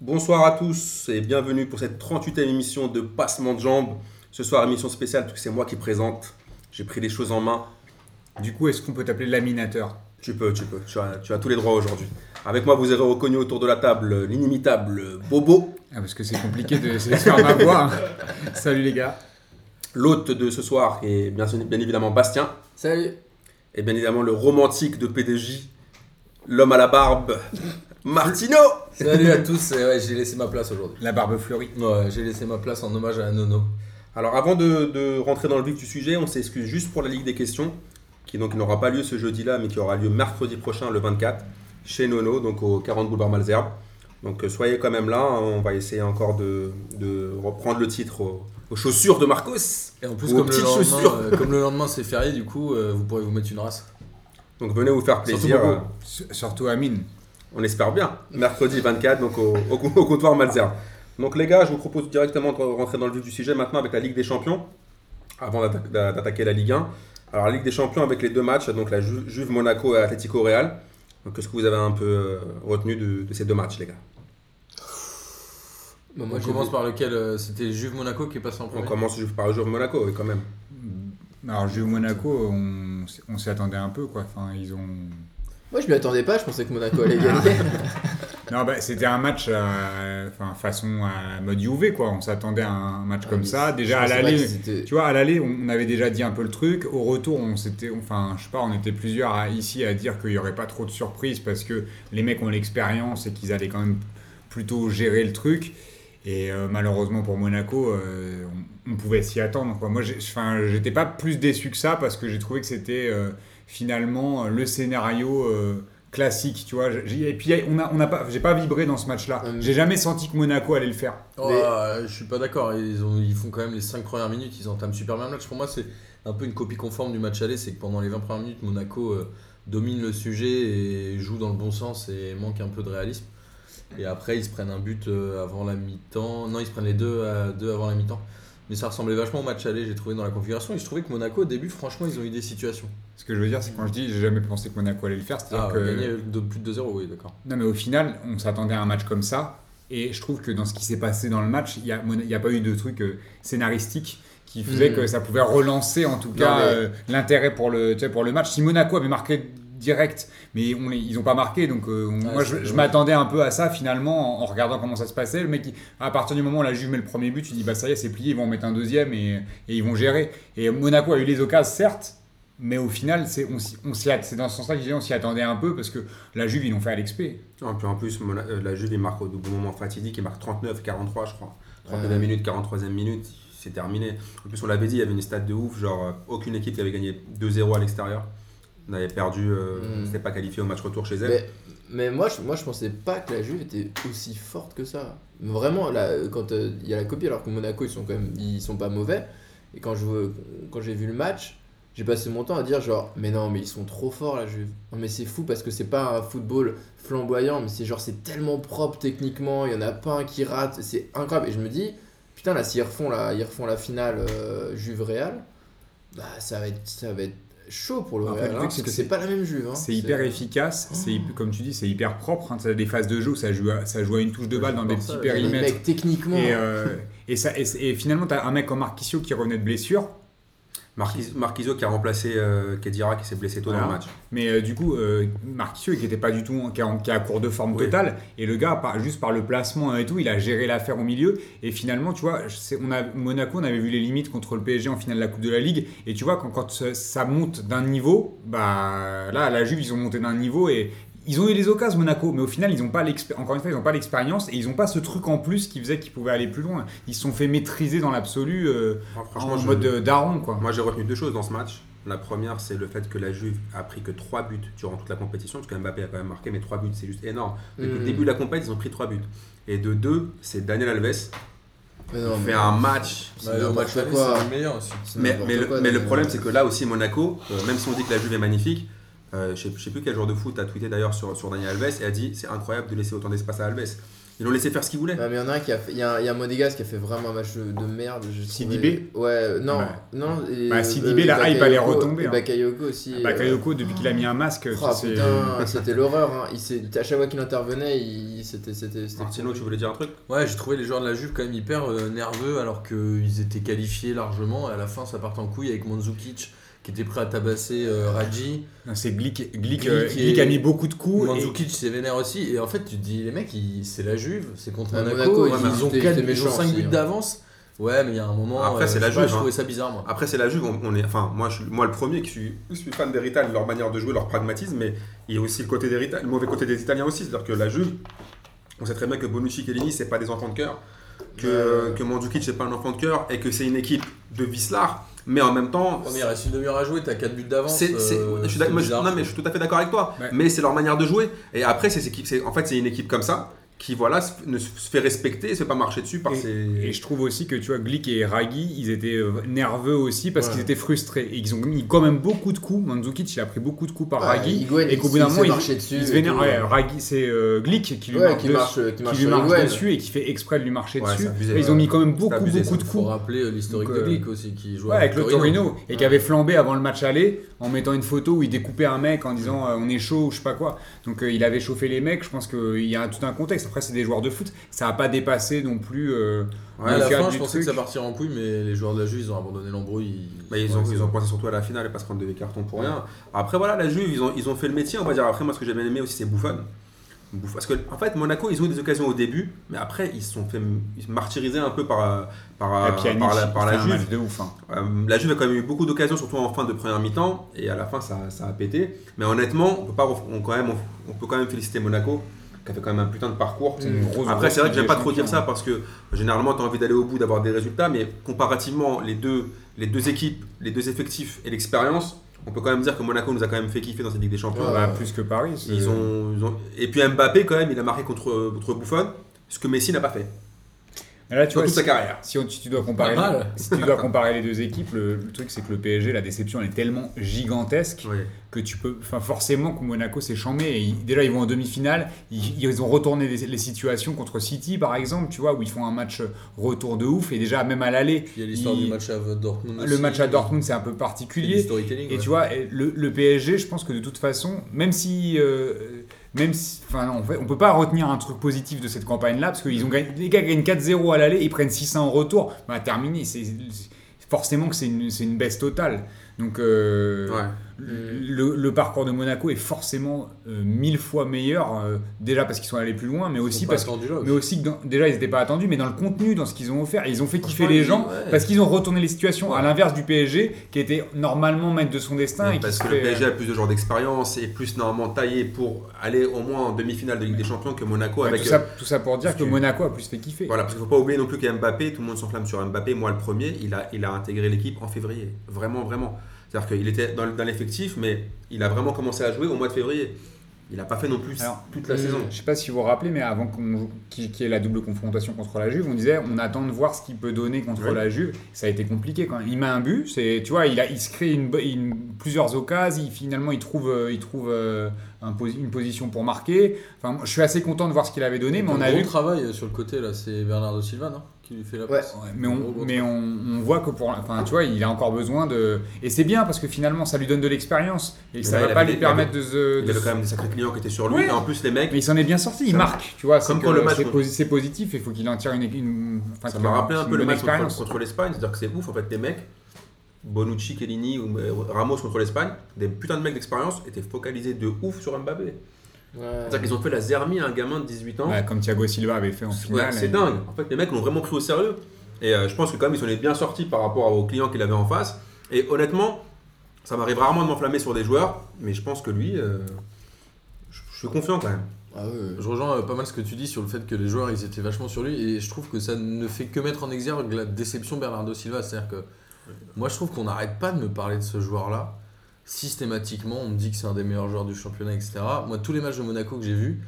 Bonsoir à tous et bienvenue pour cette 38e émission de Passement de Jambes. Ce soir, émission spéciale, parce que c'est moi qui présente. J'ai pris les choses en main. Du coup, est-ce qu'on peut t'appeler laminateur Tu peux, tu peux. Tu as, tu as tous les droits aujourd'hui. Avec moi, vous aurez reconnu autour de la table l'inimitable Bobo, ah, Parce que c'est compliqué de se faire ma voix. Salut les gars. l'hôte de ce soir est bien, bien évidemment Bastien, Salut et bien évidemment le romantique de PDJ, l'homme à la barbe, Martino Salut à tous, Et ouais, j'ai laissé ma place aujourd'hui. La barbe fleurie. Ouais, j'ai laissé ma place en hommage à Nono. Alors avant de, de rentrer dans le vif du sujet, on s'excuse juste pour la Ligue des questions, qui donc n'aura pas lieu ce jeudi-là, mais qui aura lieu mercredi prochain, le 24, chez Nono, donc au 40 boulevard Malzerbe. Donc euh, soyez quand même là, hein, on va essayer encore de, de reprendre le titre aux, aux chaussures de Marcos. Et en plus, Aux comme le, petites lendemain, chaussures. euh, comme le lendemain c'est férié, du coup, euh, vous pourrez vous mettre une race. Donc venez vous faire Surtout plaisir, Bobo. euh, S- Surtout Amine. on espère bien. Mercredi 24, donc au, au cou- au comptoir Malzerbe. Donc les gars, je vous propose directement de rentrer dans le vif du sujet maintenant avec la Ligue des Champions, avant d'atta- d'a- d'attaquer la Ligue 1. Alors la Ligue des Champions avec les deux matchs, donc la Ju- Juve Monaco et Atlético Real. Donc qu'est-ce que vous avez un peu euh, retenu de, de ces deux matchs les gars Bah, on j'ai commence vu- par lequel euh, C'était Juve Monaco qui est passé en On premier. commence Juve par Juve Monaco, oui quand même. Alors, Juve Monaco, on, s- on s'y attendait un peu quoi. Enfin, ils ont. Moi, je m'y attendais pas, je pensais que Monaco allait Ah, gagner. Non, bah, c'était un match euh, enfin, façon à mode UV quoi. On s'attendait à un match comme Ah, mais ça. Déjà à C'est vrai que l'aller. c'était- Tu vois, à l'aller, on on avait déjà dit un peu le truc. Au retour, on s'était, enfin, je sais pas, on était plusieurs à- ici à dire qu'il n'y aurait pas trop de surprises parce que les mecs ont l'expérience et qu'ils allaient quand même plutôt gérer le truc. Et euh, malheureusement pour Monaco, euh, on, on pouvait s'y attendre. Quoi. Moi, j'ai- enfin, j'étais pas plus déçu que ça parce que j'ai trouvé que c'était euh, finalement euh, le scénario. euh, classique tu vois J'ai- et puis on a on a pas j'ai pas vibré dans ce match là Hum. j'ai jamais senti que Monaco allait le faire Oh, Mais- euh, je suis pas d'accord, ils, ont- ils font quand même les 5 premières minutes, ils entament super bien le match. Pour moi, c'est un peu une copie conforme du match aller, c'est que pendant les 20 premières minutes, Monaco euh, domine le sujet et joue dans le bon sens et manque un peu de réalisme. Et après, ils se prennent un but euh, avant la mi-temps. Non, ils se prennent les deux, à- deux avant la mi-temps. Mais ça ressemblait vachement au match aller, j'ai trouvé dans la configuration. Et je trouvais que Monaco, au début, franchement, ils ont eu des situations. ce que je veux dire c'est quand je dis j'ai jamais pensé que Monaco allait le faire c'est à dire Ah, que gagner de plus de 2-0, oui, d'accord. Non, mais au final, on s'attendait à un match comme ça. Et je trouve que dans ce qui s'est passé dans le match, il n'y a, Mona- il y a pas eu de truc euh, scénaristique qui faisait Mhm. que ça pouvait relancer en tout cas mais- euh, l'intérêt pour le, tu sais, pour le match. Si Monaco avait marqué direct, mais on les- ils n'ont pas marqué. Donc euh, on- Ouais, moi, c'est je, je vrai. m'attendais un peu à ça finalement en, en regardant comment ça se passait. Le mec, il- à partir du moment où la Juve met le premier but, tu dis bah ça y est, c'est plié, ils vont en mettre un deuxième et, et ils vont gérer. Et Monaco a eu les occasions, certes. Mais au final, c'est on s'y- on s'y att- c'est dans ce sens-là que je disais, on s'y attendait un peu parce que la Juve, ils l'ont fait à l'expé. En plus, en plus Mona- euh, la Juve il marque au double moment fatidique, il marque 39, 43 je crois. 39e Ouais. minute, 43e minute, c'est terminé. En plus on l'avait dit, il y avait une stat de ouf, genre euh, aucune équipe qui avait gagné 2-0 à l'extérieur. On avait perdu, euh, Hmm. Mm. c'était pas qualifié au match retour chez elle. Mais, mais moi, je, moi, je pensais pas que la Juve était aussi forte que ça. Vraiment, là, quand euh, il y a la copie, alors que Monaco, ils sont quand même, ils sont pas mauvais. Et quand je veux- quand j'ai vu le match, j'ai passé mon temps à dire genre, mais non, mais ils sont trop forts la Juve. Non, mais c'est fou parce que c'est pas un football flamboyant, mais c'est genre c'est tellement propre techniquement. Il y en a pas un qui rate, c'est incroyable. Et je me dis, putain là, s'ils refont la, ils refont la finale Juve Real, bah ça va être, ça va être chaud pour le En fait, Real, le hein, truc, c'est que parce que c'est c'est- pas la même Oh, Juve. hein. C'est hyper efficace, c'est hyp- comme tu dis, c'est hyper propre. Hein. Ça a des phases de jeu, où ça joue, à, ça joue à une touche de balle dans des Barça, petits ouais. Mais périmètres. mec, techniquement, Et, euh, et, ça, et, et finalement, t'as un mec comme Marquisio qui revenait de blessure, Marquis- Marquisio qui a remplacé euh, Kedira qui s'est blessé tôt dans Voilà. le match. mais euh, du coup, euh, Marquisio qui était pas du tout, en- qui est en- qui est à court de forme Oui. totale, et le gars, par, juste par le placement hein, et tout, il a géré l'affaire au milieu. Et finalement, tu vois, je sais- on a, Monaco, on avait vu les limites contre le PSG en finale de la Coupe de la Ligue, et tu vois, quand, quand ça- ça monte d'un niveau, bah là, à la Juve, ils ont monté d'un niveau, et, Ils ont eu les occasions Monaco, mais au final ils ont pas l'expé- encore une fois ils n'ont pas l'expérience et ils n'ont pas ce truc en plus qui faisait qu'ils pouvaient aller plus loin. Ils se sont fait maîtriser dans l'absolu euh, Enfin, franchement, en je- mode euh, daron quoi. moi j'ai retenu deux choses dans ce match. La première, c'est le fait que la Juve a pris que 3 buts durant toute la compétition, parce que Mbappé a quand même marqué, mais 3 buts, c'est juste énorme. Depuis Hmm. le Mm. début de la compétition, ils ont pris 3 buts. Et de 2, c'est Daniel Alves mais qui non, fait mais- un match C'est Bah, le n'importe match aller, quoi. c'est le meilleur aussi. c'est Mais, n'importe mais le, quoi, mais le Daniel. problème, c'est que là aussi, Monaco, euh, même si on dit que la Juve est magnifique, euh, je ne sais, je sais plus quel joueur de foot a tweeté d'ailleurs sur, sur Daniel Alves et a dit c'est incroyable de laisser autant d'espace à Alves. Ils l'ont laissé faire ce qu'il voulait. Ouais, bah, mais il y en a un qui a fait, il y a, un- il y a Monégas qui a fait vraiment un match de de merde. j'ai trouvé. Sidibé Ouais, non, Ouais. non. et, euh, Bah, Sidibé, la hype, elle est Bakayoko- retombée, et hein. Bakayoko aussi. Bah, euh, Kayoko, depuis qu'il a mis un masque, oh, ça, c'est. putain, c'était l'horreur. hein. Il s'est- À chaque fois qu'il intervenait, il... c'était. c'était- c'était- Martino, tu voulais dire un truc Ouais, j'ai trouvé les joueurs de la Juve quand même hyper euh, nerveux alors qu'ils étaient qualifiés largement. Et à la fin, ça part en couille avec Mandzukic qui était prêt à tabasser euh, Radji. Non, C'est Glick. Glick, Glick euh, et- Glick a mis beaucoup de coups. et- Mandzukic s'est vénère aussi. Et en fait, tu te dis, les mecs, ils- c'est la Juve, c'est contre Ouais, Monaco. Monaco, ils- ouais, ils, ont mais quatre- c'était ils ont méchant 5 aussi, buts hein. d'avance. Ouais, mais il y a un moment. euh, Après, c'est je la sais pas, Juve, Je hein. trouvais ça bizarre, moi. Après, c'est la Juve. On, on est, enfin, moi, je, suis- moi, le premier qui suis, je suis fan des Italiens, leur manière de jouer, leur pragmatisme, mais il y a aussi le, côté des Rita- le mauvais côté des Italiens aussi. C'est-à-dire que la Juve, on sait très bien que Bonucci et Chiellini, c'est pas des enfants de cœur, que, Ouais. que Mandzukic, c'est pas un enfant de cœur, et que c'est une équipe de Vislar, mais en même temps. Ouais, mais il reste une demi-heure à jouer, t'as 4 buts d'avance. C'est, c'est- euh, je suis c'est d'ac- moi, je- bizarre, non, mais je suis tout à fait d'accord avec toi. Ouais. Mais c'est leur manière de jouer. Et après, c'est, c'est- c'est- en fait, c'est une équipe comme ça qui voilà, se- ne se fait respecter et se fait pas marcher dessus par ses. Et je trouve aussi que tu vois, Glick et Raggi, ils étaient euh, nerveux aussi parce Ouais. qu'ils étaient frustrés. Et ils ont mis quand même beaucoup de coups. Mandzukic, il a pris beaucoup de coups par Ouais, Ah, Raggi. Higuaín, et qu'au bout d'un il s'est moment, il, marché dessus il se et vénère. tout. Ouais, Raggi, c'est euh, Glick qui lui Ouais, marque, qui deux- marche, qui marche qui lui sur marche Higuaín. dessus et qui fait exprès de lui marcher Ouais, dessus. c'est abusé, Et ils ont ouais. mis quand même beaucoup, C'est abusé, beaucoup ça, de Il faut coups. rappeler euh, l'historique Donc, de euh, Glick aussi qui joue Ouais, avec le Torino, et qui Ouais. avait flambé avant le match aller en mettant une photo où il découpait un mec en disant euh, on est chaud ou je sais pas quoi. Donc euh, il avait chauffé les mecs, je pense qu'il y a tout un contexte. Après, c'est des joueurs de foot, ça a pas dépassé non plus. euh, Ouais, Ouais, à le la cadre fin, du je pensais que truc. ça partirait en couille, mais les joueurs de la Juve, ils ont abandonné l'embrouille. Bah, ils, ont, Ouais, ils ont pensé surtout à la finale et pas se prendre des cartons pour rien. Après, voilà, la Juve, ils ont, ils ont fait le métier, on va dire. Après, moi, ce que j'ai bien aimé aussi, c'est Buffon. Buffon- Parce que, en fait, Monaco, ils ont eu des occasions au début, mais après, ils se sont fait m- martyriser un peu par, euh, par, euh, la Pjanic, par la, il par la fait un Juve. match de ouf. hein. Euh, la Juve a quand même eu beaucoup d'occasions, surtout en fin de première mi-temps, et à la fin, ça, ça a pété. Mais honnêtement, on peut, pas, ref- on, quand même, on, on peut quand même féliciter Monaco, qui a fait quand même un putain de parcours. C'est une grosse- Après, c'est vrai grosse que j'aime Ligue pas des trop dire Champions, ça parce que généralement, tu as envie d'aller au bout, d'avoir des résultats, mais comparativement, les deux, les deux équipes, les deux effectifs et l'expérience, on peut quand même dire que Monaco nous a quand même fait kiffer dans cette Ligue des Champions. hein. Bah, plus que Paris. c'est- Ils ont, ils ont- Et puis Mbappé, quand même, il a marqué contre, contre Buffon, ce que Messi n'a pas fait Mais Là, tu sur vois, toute sa si, carrière. si on- si tu dois comparer, Pas mal. si tu dois comparer les deux équipes, le, le truc c'est que le PSG, la déception elle est tellement gigantesque que tu peux. Enfin, forcément que Monaco s'est chambé. Et ils- déjà, ils vont en demi-finale. Ils, ils ont retourné les, les situations contre City, par exemple, tu vois, où ils font un match retour de ouf. Et déjà, même à l'aller, Il y a l'histoire il- du match à Dortmund. le aussi. match à Dortmund, c'est un peu C'est du particulier. storytelling. Et ouais. tu vois, et le, le PSG, je pense que de toute façon, même si. euh, même si, enfin, non, en fait, on peut pas retenir un truc positif de cette campagne-là, parce que ils ont gagné- les gars gagnent 4-0 à l'aller, ils prennent 6-1 en retour. Bah, terminé. C'est, c'est- forcément que c'est une, c'est une baisse totale. Donc. euh, Ouais. le, le parcours de Monaco est forcément euh, mille fois meilleur, euh, déjà parce qu'ils sont allés plus loin, mais Ils aussi sont pas parce que, attendus là, mais aussi que dans- déjà ils n'étaient pas attendus, mais dans le contenu, dans ce qu'ils ont offert, et ils ont fait kiffer Franchement, les ils- gens ouais. parce qu'ils ont retourné les situations à l'inverse du PSG qui était normalement maître de son destin. Mais et qui parce se que fait- euh, le PSG a plus de joueurs d'expérience et plus normalement taillé pour aller au moins en demi-finale de Ligue des Champions que Monaco euh, Ouais, avec. euh, tout, ça, tout ça pour dire parce que que- Monaco a plus fait kiffer. Voilà, parce qu'il faut pas oublier non plus qu'il y a Mbappé, tout le monde s'enflamme sur Mbappé, moi le premier, il a, il a intégré l'équipe en février. Vraiment, vraiment. C'est-à-dire qu'il était dans, dans l'effectif, mais il a vraiment commencé à jouer au mois de février. Il n'a pas fait non plus Alors, euh, toute la hum, saison. Je sais pas si vous vous rappelez, mais avant qu'on joue- qu'il qu'il y ait la double confrontation contre la Juve, on disait on attend de voir ce qu'il peut donner contre Oui. la Juve. Ça a été compliqué quand même. Il met un but, c'est tu vois, il, a, il se crée une, bo- une- plusieurs occasions. Il, finalement, il trouve, euh, il trouve euh, un posi- une position pour marquer. Enfin, moi, je suis assez content de voir ce qu'il avait donné, mais on Un a gros vu. travail sur le côté là, c'est Bernardo Silva, non Qui lui fait la Ouais. passe. Ouais, Mais, Un gros, on, gros mais on, on voit que pour, enfin, tu vois, il a encore besoin de. Et c'est bien parce que finalement, ça lui donne de l'expérience et ça là, il va pas avait- lui il avait- permettre de se. Il de avait se- quand même des sacrés clients qui étaient sur lui. Ouais. Et en plus, les mecs, Mais il s'en est bien sorti, il Ça- marque, tu vois. comme c'est quand que le match c'est contre- posi- c'est positif, il faut qu'il en tire une. une- enfin, ça qu'il m'a en- rappelé un qu'il peu ait le une match contre, expérience. contre l'Espagne. C'est-à-dire que c'est ouf, en fait, les mecs, Bonucci, Kellini ou euh, Ramos contre l'Espagne, des putains de mecs d'expérience étaient focalisés de ouf sur Mbappé. Ouais. C'est-à-dire qu'ils ont fait la zermie à un gamin de 18 ans. Ouais, comme Thiago Silva avait fait en Ouais, finale. c'est Et- dingue. En fait, les mecs l'ont vraiment pris au sérieux. Et euh, je pense que quand même, ils sont bien sortis par rapport aux clients qu'il avait en face. Et honnêtement, ça m'arrive rarement de m'enflammer sur des joueurs, mais je pense que lui, euh, je, je suis confiant quand même. Ah ouais. Je rejoins euh, pas mal ce que tu dis sur le fait que les joueurs ils étaient vachement sur lui et je trouve que ça ne fait que mettre en exergue la déception Bernardo Silva. C'est-à-dire que moi je trouve qu'on n'arrête pas de me parler de ce joueur-là. Systématiquement, on me dit que c'est un des meilleurs joueurs du championnat, etc. Moi, tous les matchs de Monaco que j'ai vus,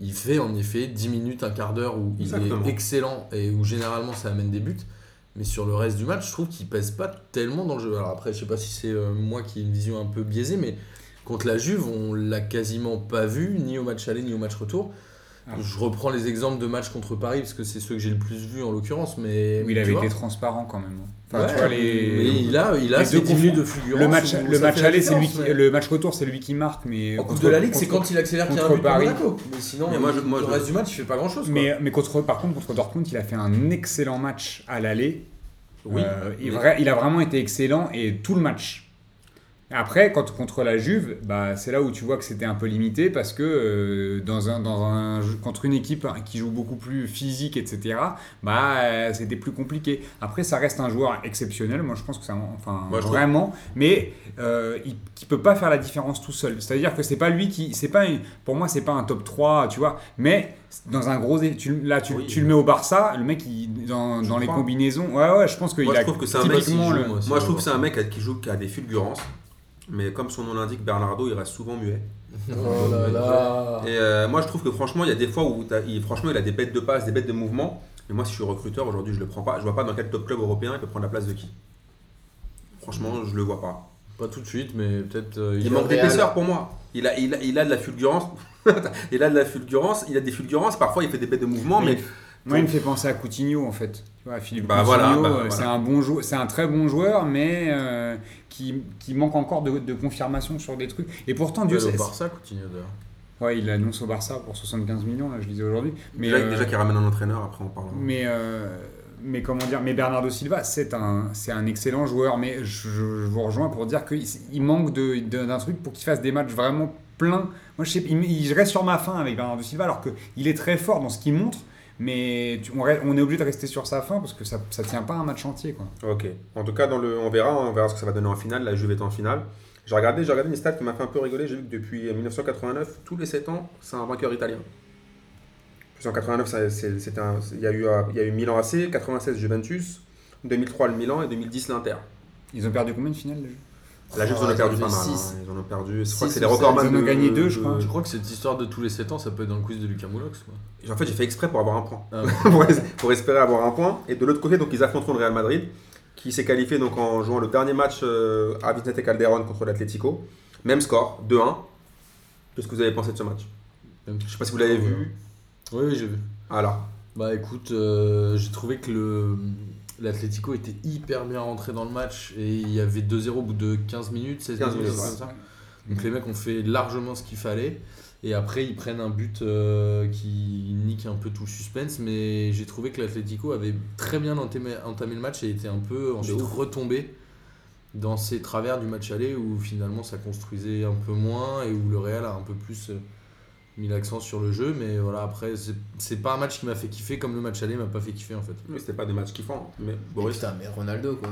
il fait en effet 10 minutes, un quart d'heure où il Exactement. est excellent et où généralement ça amène des buts. Mais sur le reste du match, je trouve qu'il pèse pas tellement dans le jeu. Alors après, je sais pas si c'est euh, moi qui ai une vision un peu biaisée, mais Contre la Juve, on l'a quasiment pas vu, ni au match aller, ni au match retour. Ah. Je reprends les exemples de matchs contre Paris, parce que c'est ceux que j'ai le plus vu en l'occurrence. Mais où il tu avait vois, été transparent quand même. hein. Enfin, ouais, tu vois, mais les... il a, il a les ses deux 10 minutes confronts. de fulgurance. le match, où le ça match fait la aller, c'est lui qui, différence, mais- le match retour, c'est lui qui marque, mais En Coupe contre- de la Ligue, contre- c'est quand il accélère qu'il y a un contre but pour Paris. Monaco. Mais sinon, Mais moi, moi, je- moi, le je- reste du match, il fait pas grand chose. Mais, mais contre, par contre, contre Dortmund, il a fait un excellent match à l'aller. Oui, Euh, il, mais- vra- il a vraiment été excellent et tout le match. Après, quand contre la Juve, bah, c'est là où tu vois que c'était un peu limité parce que euh, dans un, dans un, jeu- contre une équipe hein, qui joue beaucoup plus physique, etc., bah, euh, c'était plus compliqué. Après, ça reste un joueur exceptionnel. Moi, je pense que ça, enfin, Moi, je trouve- vraiment, mais euh, il, qui peut pas faire la différence tout seul. C'est-à-dire que c'est pas lui qui, c'est pas, une- pour moi, c'est pas un top 3, tu vois. Mais dans un gros, é- tu, là, tu, Oui. tu le mets au Barça, le mec, il, dans, Je dans les crois. combinaisons, ouais, ouais, je pense qu'il Moi, je a trouve que c'est un mec qui typiquement joue, le- moi. Moi, hein. je trouve que c'est un mec qui joue qui a des fulgurances. Mais comme son nom l'indique, Bernardo, il reste souvent muet. Oh là là. Et euh, moi, je trouve que franchement, il y a des fois où t'as- il, franchement, il a des bêtes de passe, des bêtes de mouvement. Mais moi, si je suis recruteur aujourd'hui, je le prends pas. Je vois pas dans quel top club européen il peut prendre la place de qui. Franchement, je le vois pas. Pas tout de suite, mais peut-être. euh, Il, il- est au manque Real. d'épaisseur pour moi. Il a, il, a, il a de la fulgurance. il a de la fulgurance. Il a des fulgurances. Parfois, il fait des bêtes de mouvement, Oui. mais Moi, il me fait penser à Coutinho en fait. Tu vois, Philippe Bah, Coutinho, voilà, bah, euh, voilà. c'est un bon joueur, c'est un très bon joueur, mais euh, qui, qui manque encore de, de confirmation sur des trucs. Et pourtant, Dieu il est sait. au Barça, Coutinho d'ailleurs. Ouais, il annonce au Barça pour 75 millions, là, je disais aujourd'hui. Mais déjà, euh, déjà qu'il ramène un entraîneur, après on parle. Mais, euh, mais comment dire, mais Bernardo Silva, c'est un, c'est un excellent joueur, mais je, je vous rejoins pour dire qu'il il manque de- de- d'un truc pour qu'il fasse des matchs vraiment pleins. Moi, je, sais, il, me- il- je reste sur ma fin avec Bernardo Silva, alors qu'il est très fort dans ce qu'il montre, mais tu- on, re- on est obligé de rester sur sa fin parce que ça ne tient pas un match entier. Quoi. Ok. En tout cas, dans le, on verra, hein, on verra ce que ça va donner en finale. La Juve est en finale. J'ai regardé, j'ai regardé une stat qui m'a fait un peu rigoler. J'ai vu que depuis euh, 1989, tous les 7 ans, c'est un vainqueur italien. Parce qu'en 89, ça- c'est- c'était un- il y a eu, euh, il y a eu Milan AC, 96 Juventus, 2003 le Milan et 2010 l'Inter. Ils ont perdu combien de finales déjà La Juve, ils en Oh, ont perdu ils ont pas mal. fait hein. six. Ils en ont perdu. Je crois Six que c'est les ou sept. records Ils en ont gagné deux, je crois. Je crois que cette histoire de tous les 7 ans, ça peut être dans le quiz de Lucas Moulox. quoi. En fait, j'ai fait exprès pour avoir un point. Ah, pour, es- pour espérer avoir un point. Et de l'autre côté, donc ils affronteront le Real Madrid, qui s'est qualifié donc en jouant le dernier match euh, à Vicente Calderon contre l'Atlético. Même score, 2-1. Qu'est-ce que vous avez pensé de ce match Même- Je sais pas si vous l'avez vu. Oui, oui, j'ai vu. Alors, Bah écoute, euh, j'ai trouvé que le l'Atlético était hyper bien rentré dans le match et il y avait 2-0 au bout de 15 minutes, 16 15 minutes, minutes, quelque chose ouais. comme ça. Donc les mecs ont fait largement ce qu'il fallait et après ils prennent un but euh, qui nique un peu tout le suspense mais j'ai trouvé que l'Atlético avait très bien entamé, entamé le match et était un peu ensuite ouf. retombé dans ses travers du match aller où finalement ça construisait un peu moins et où le Real a un peu plus euh, mis l'accent sur le jeu mais voilà après c'est- c'est pas un match qui m'a fait kiffer comme le match aller m'a pas fait kiffer en fait. oui, c'était pas des matchs kiffants. Mais Boris, Putain, mais Ronaldo quoi.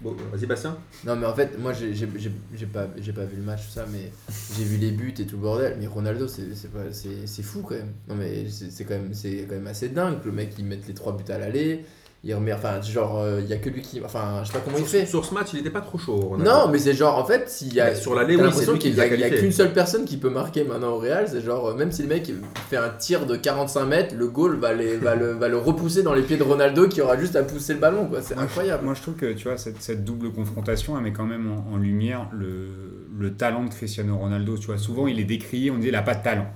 bon, vas-y, Bastien. Non, mais en fait, moi j'ai j'ai- j'ai- j'ai pas, j'ai pas vu le match, tout ça, mais j'ai vu les buts et tout le bordel. Mais Ronaldo, c'est c'est pas- c'est- c'est fou quand même. Non, mais c'est c'est quand, même- c'est quand même assez dingue. Le mec, il met les trois buts à l'aller. Il remet. Enfin, genre, euh, il y a que lui qui. Enfin, je sais pas comment il Sur, fait. sur ce match, il était pas trop chaud. Ronaldo. Non, mais c'est genre, en fait, s'il y a. Mais sur l'allée, t'as oui, c'est l'impression lui qui qu'il les y a a, il y a qualifiés. qu'une seule personne qui peut marquer maintenant au Real. C'est genre, euh, même si le mec fait un tir de 45 mètres, le goal va, les, va, le, va le repousser dans les pieds de Ronaldo qui aura juste à pousser le ballon, quoi. C'est Moi, je- incroyable. Moi, je trouve que tu vois, cette, cette double confrontation, elle met quand même en, en lumière le, le talent de Cristiano Ronaldo. Tu vois, souvent, il est décrié, on dit il n'a pas de talent.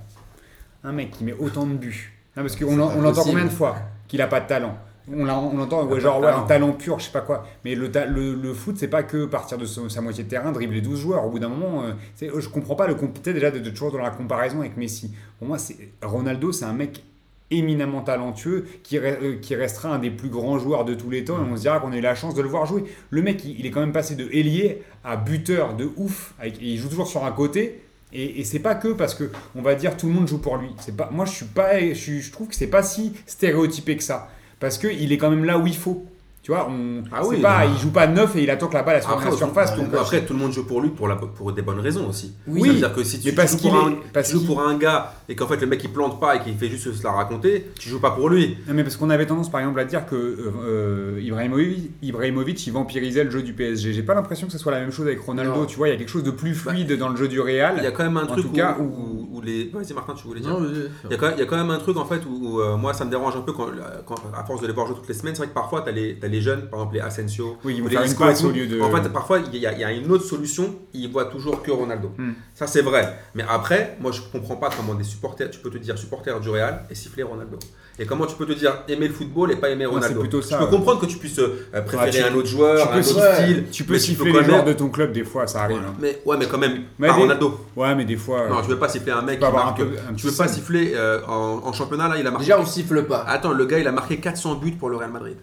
Un mec qui met autant de buts. Non, parce qu'on C'est l'en- pas on l'entend possible. combien de fois qu'il n'a pas de talent on, l'a- on l'entend ouais, pas genre de ouais, talent. un talent pur, je sais pas quoi. Mais le, ta- le, le foot, c'est pas que partir de son- sa moitié de terrain, dribbler 12 joueurs. Au bout d'un moment, euh, c'est- je comprends pas le compliqué déjà de, de toujours dans la comparaison avec Messi. Pour moi, c'est Ronaldo, c'est un mec éminemment talentueux qui, re- euh, qui restera un des plus grands joueurs de tous les temps et on se dira qu'on a eu la chance de le voir jouer. Le mec, il, il est quand même passé de ailier à buteur de ouf. avec- et il joue toujours sur un côté. Et, et c'est pas que parce que on va dire tout le monde joue pour lui. C'est pas, moi, je suis pas, je, suis- je trouve que c'est pas si stéréotypé que ça parce que il est quand même là où il faut. Tu vois, on, Ah c'est oui, pas, non. il joue pas neuf et il attend que la balle elle soit dans Après, la surface. tout, donc, euh, après, tout le monde joue pour lui pour, la, pour des bonnes raisons aussi. Oui. c'est-à-dire que si Mais tu, parce joues qu'il pour, est- un, parce tu joues qu'il- pour un gars et qu'en fait le mec il plante pas et qu'il fait juste se la raconter, tu joues pas pour lui. Non, mais parce qu'on avait tendance par exemple à dire que euh, euh, Ibrahimovic, Ibrahimovic, il vampirisait le jeu du PSG. J'ai pas l'impression que ce soit la même chose avec Ronaldo. Non. Tu vois, il y a quelque chose de plus fluide dans le jeu du Real. Bah, Il y a quand même un En truc tout où, cas, où- où- où les. Vas-y, Martin, tu voulais dire. Non, vas-y, vas-y. Il y, euh, a quand même, il y a quand même un truc en fait où, où, euh, moi ça me dérange un peu quand, quand- à force de les voir jouer toutes les semaines. C'est vrai que parfois t'as les, t'as les les jeunes, par exemple les Asensio, Oui, ils ou vont les faire une Isco et passe tout. au lieu de. En fait, parfois, il y, a- il y a une autre solution, ils voient toujours que Ronaldo. Hmm. Ça, c'est vrai. Mais après, moi, je comprends pas comment des supporters, tu peux te dire supporter du Real et siffler Ronaldo. Et comment tu peux te dire aimer le football et pas aimer Ouais, Ronaldo. Ah, c'est plutôt ça, Je peux ouais. comprendre que tu puisses euh, préférer tu- un autre joueur, tu un peux autre siffler- style. tu peux euh, mais siffler peux les quand joueurs même- de ton club, des fois, ça arrive. hein. Mais ouais, mais quand même, Mais pas des- Ronaldo. Ouais, mais des fois. Non, euh, tu veux pas siffler un mec qui peux avoir un marque. peu- un tu petit veux pas signe. siffler euh, en, en championnat là, il a marqué. Déjà, on siffle pas. Attends, le gars, il a marqué 400 buts pour le Real Madrid.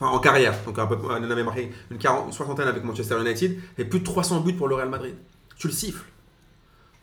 Enfin, en carrière, donc un peu, on en avait marqué une, quaran- une soixantaine avec Manchester United et plus de 300 buts pour le Real Madrid. Tu le siffles.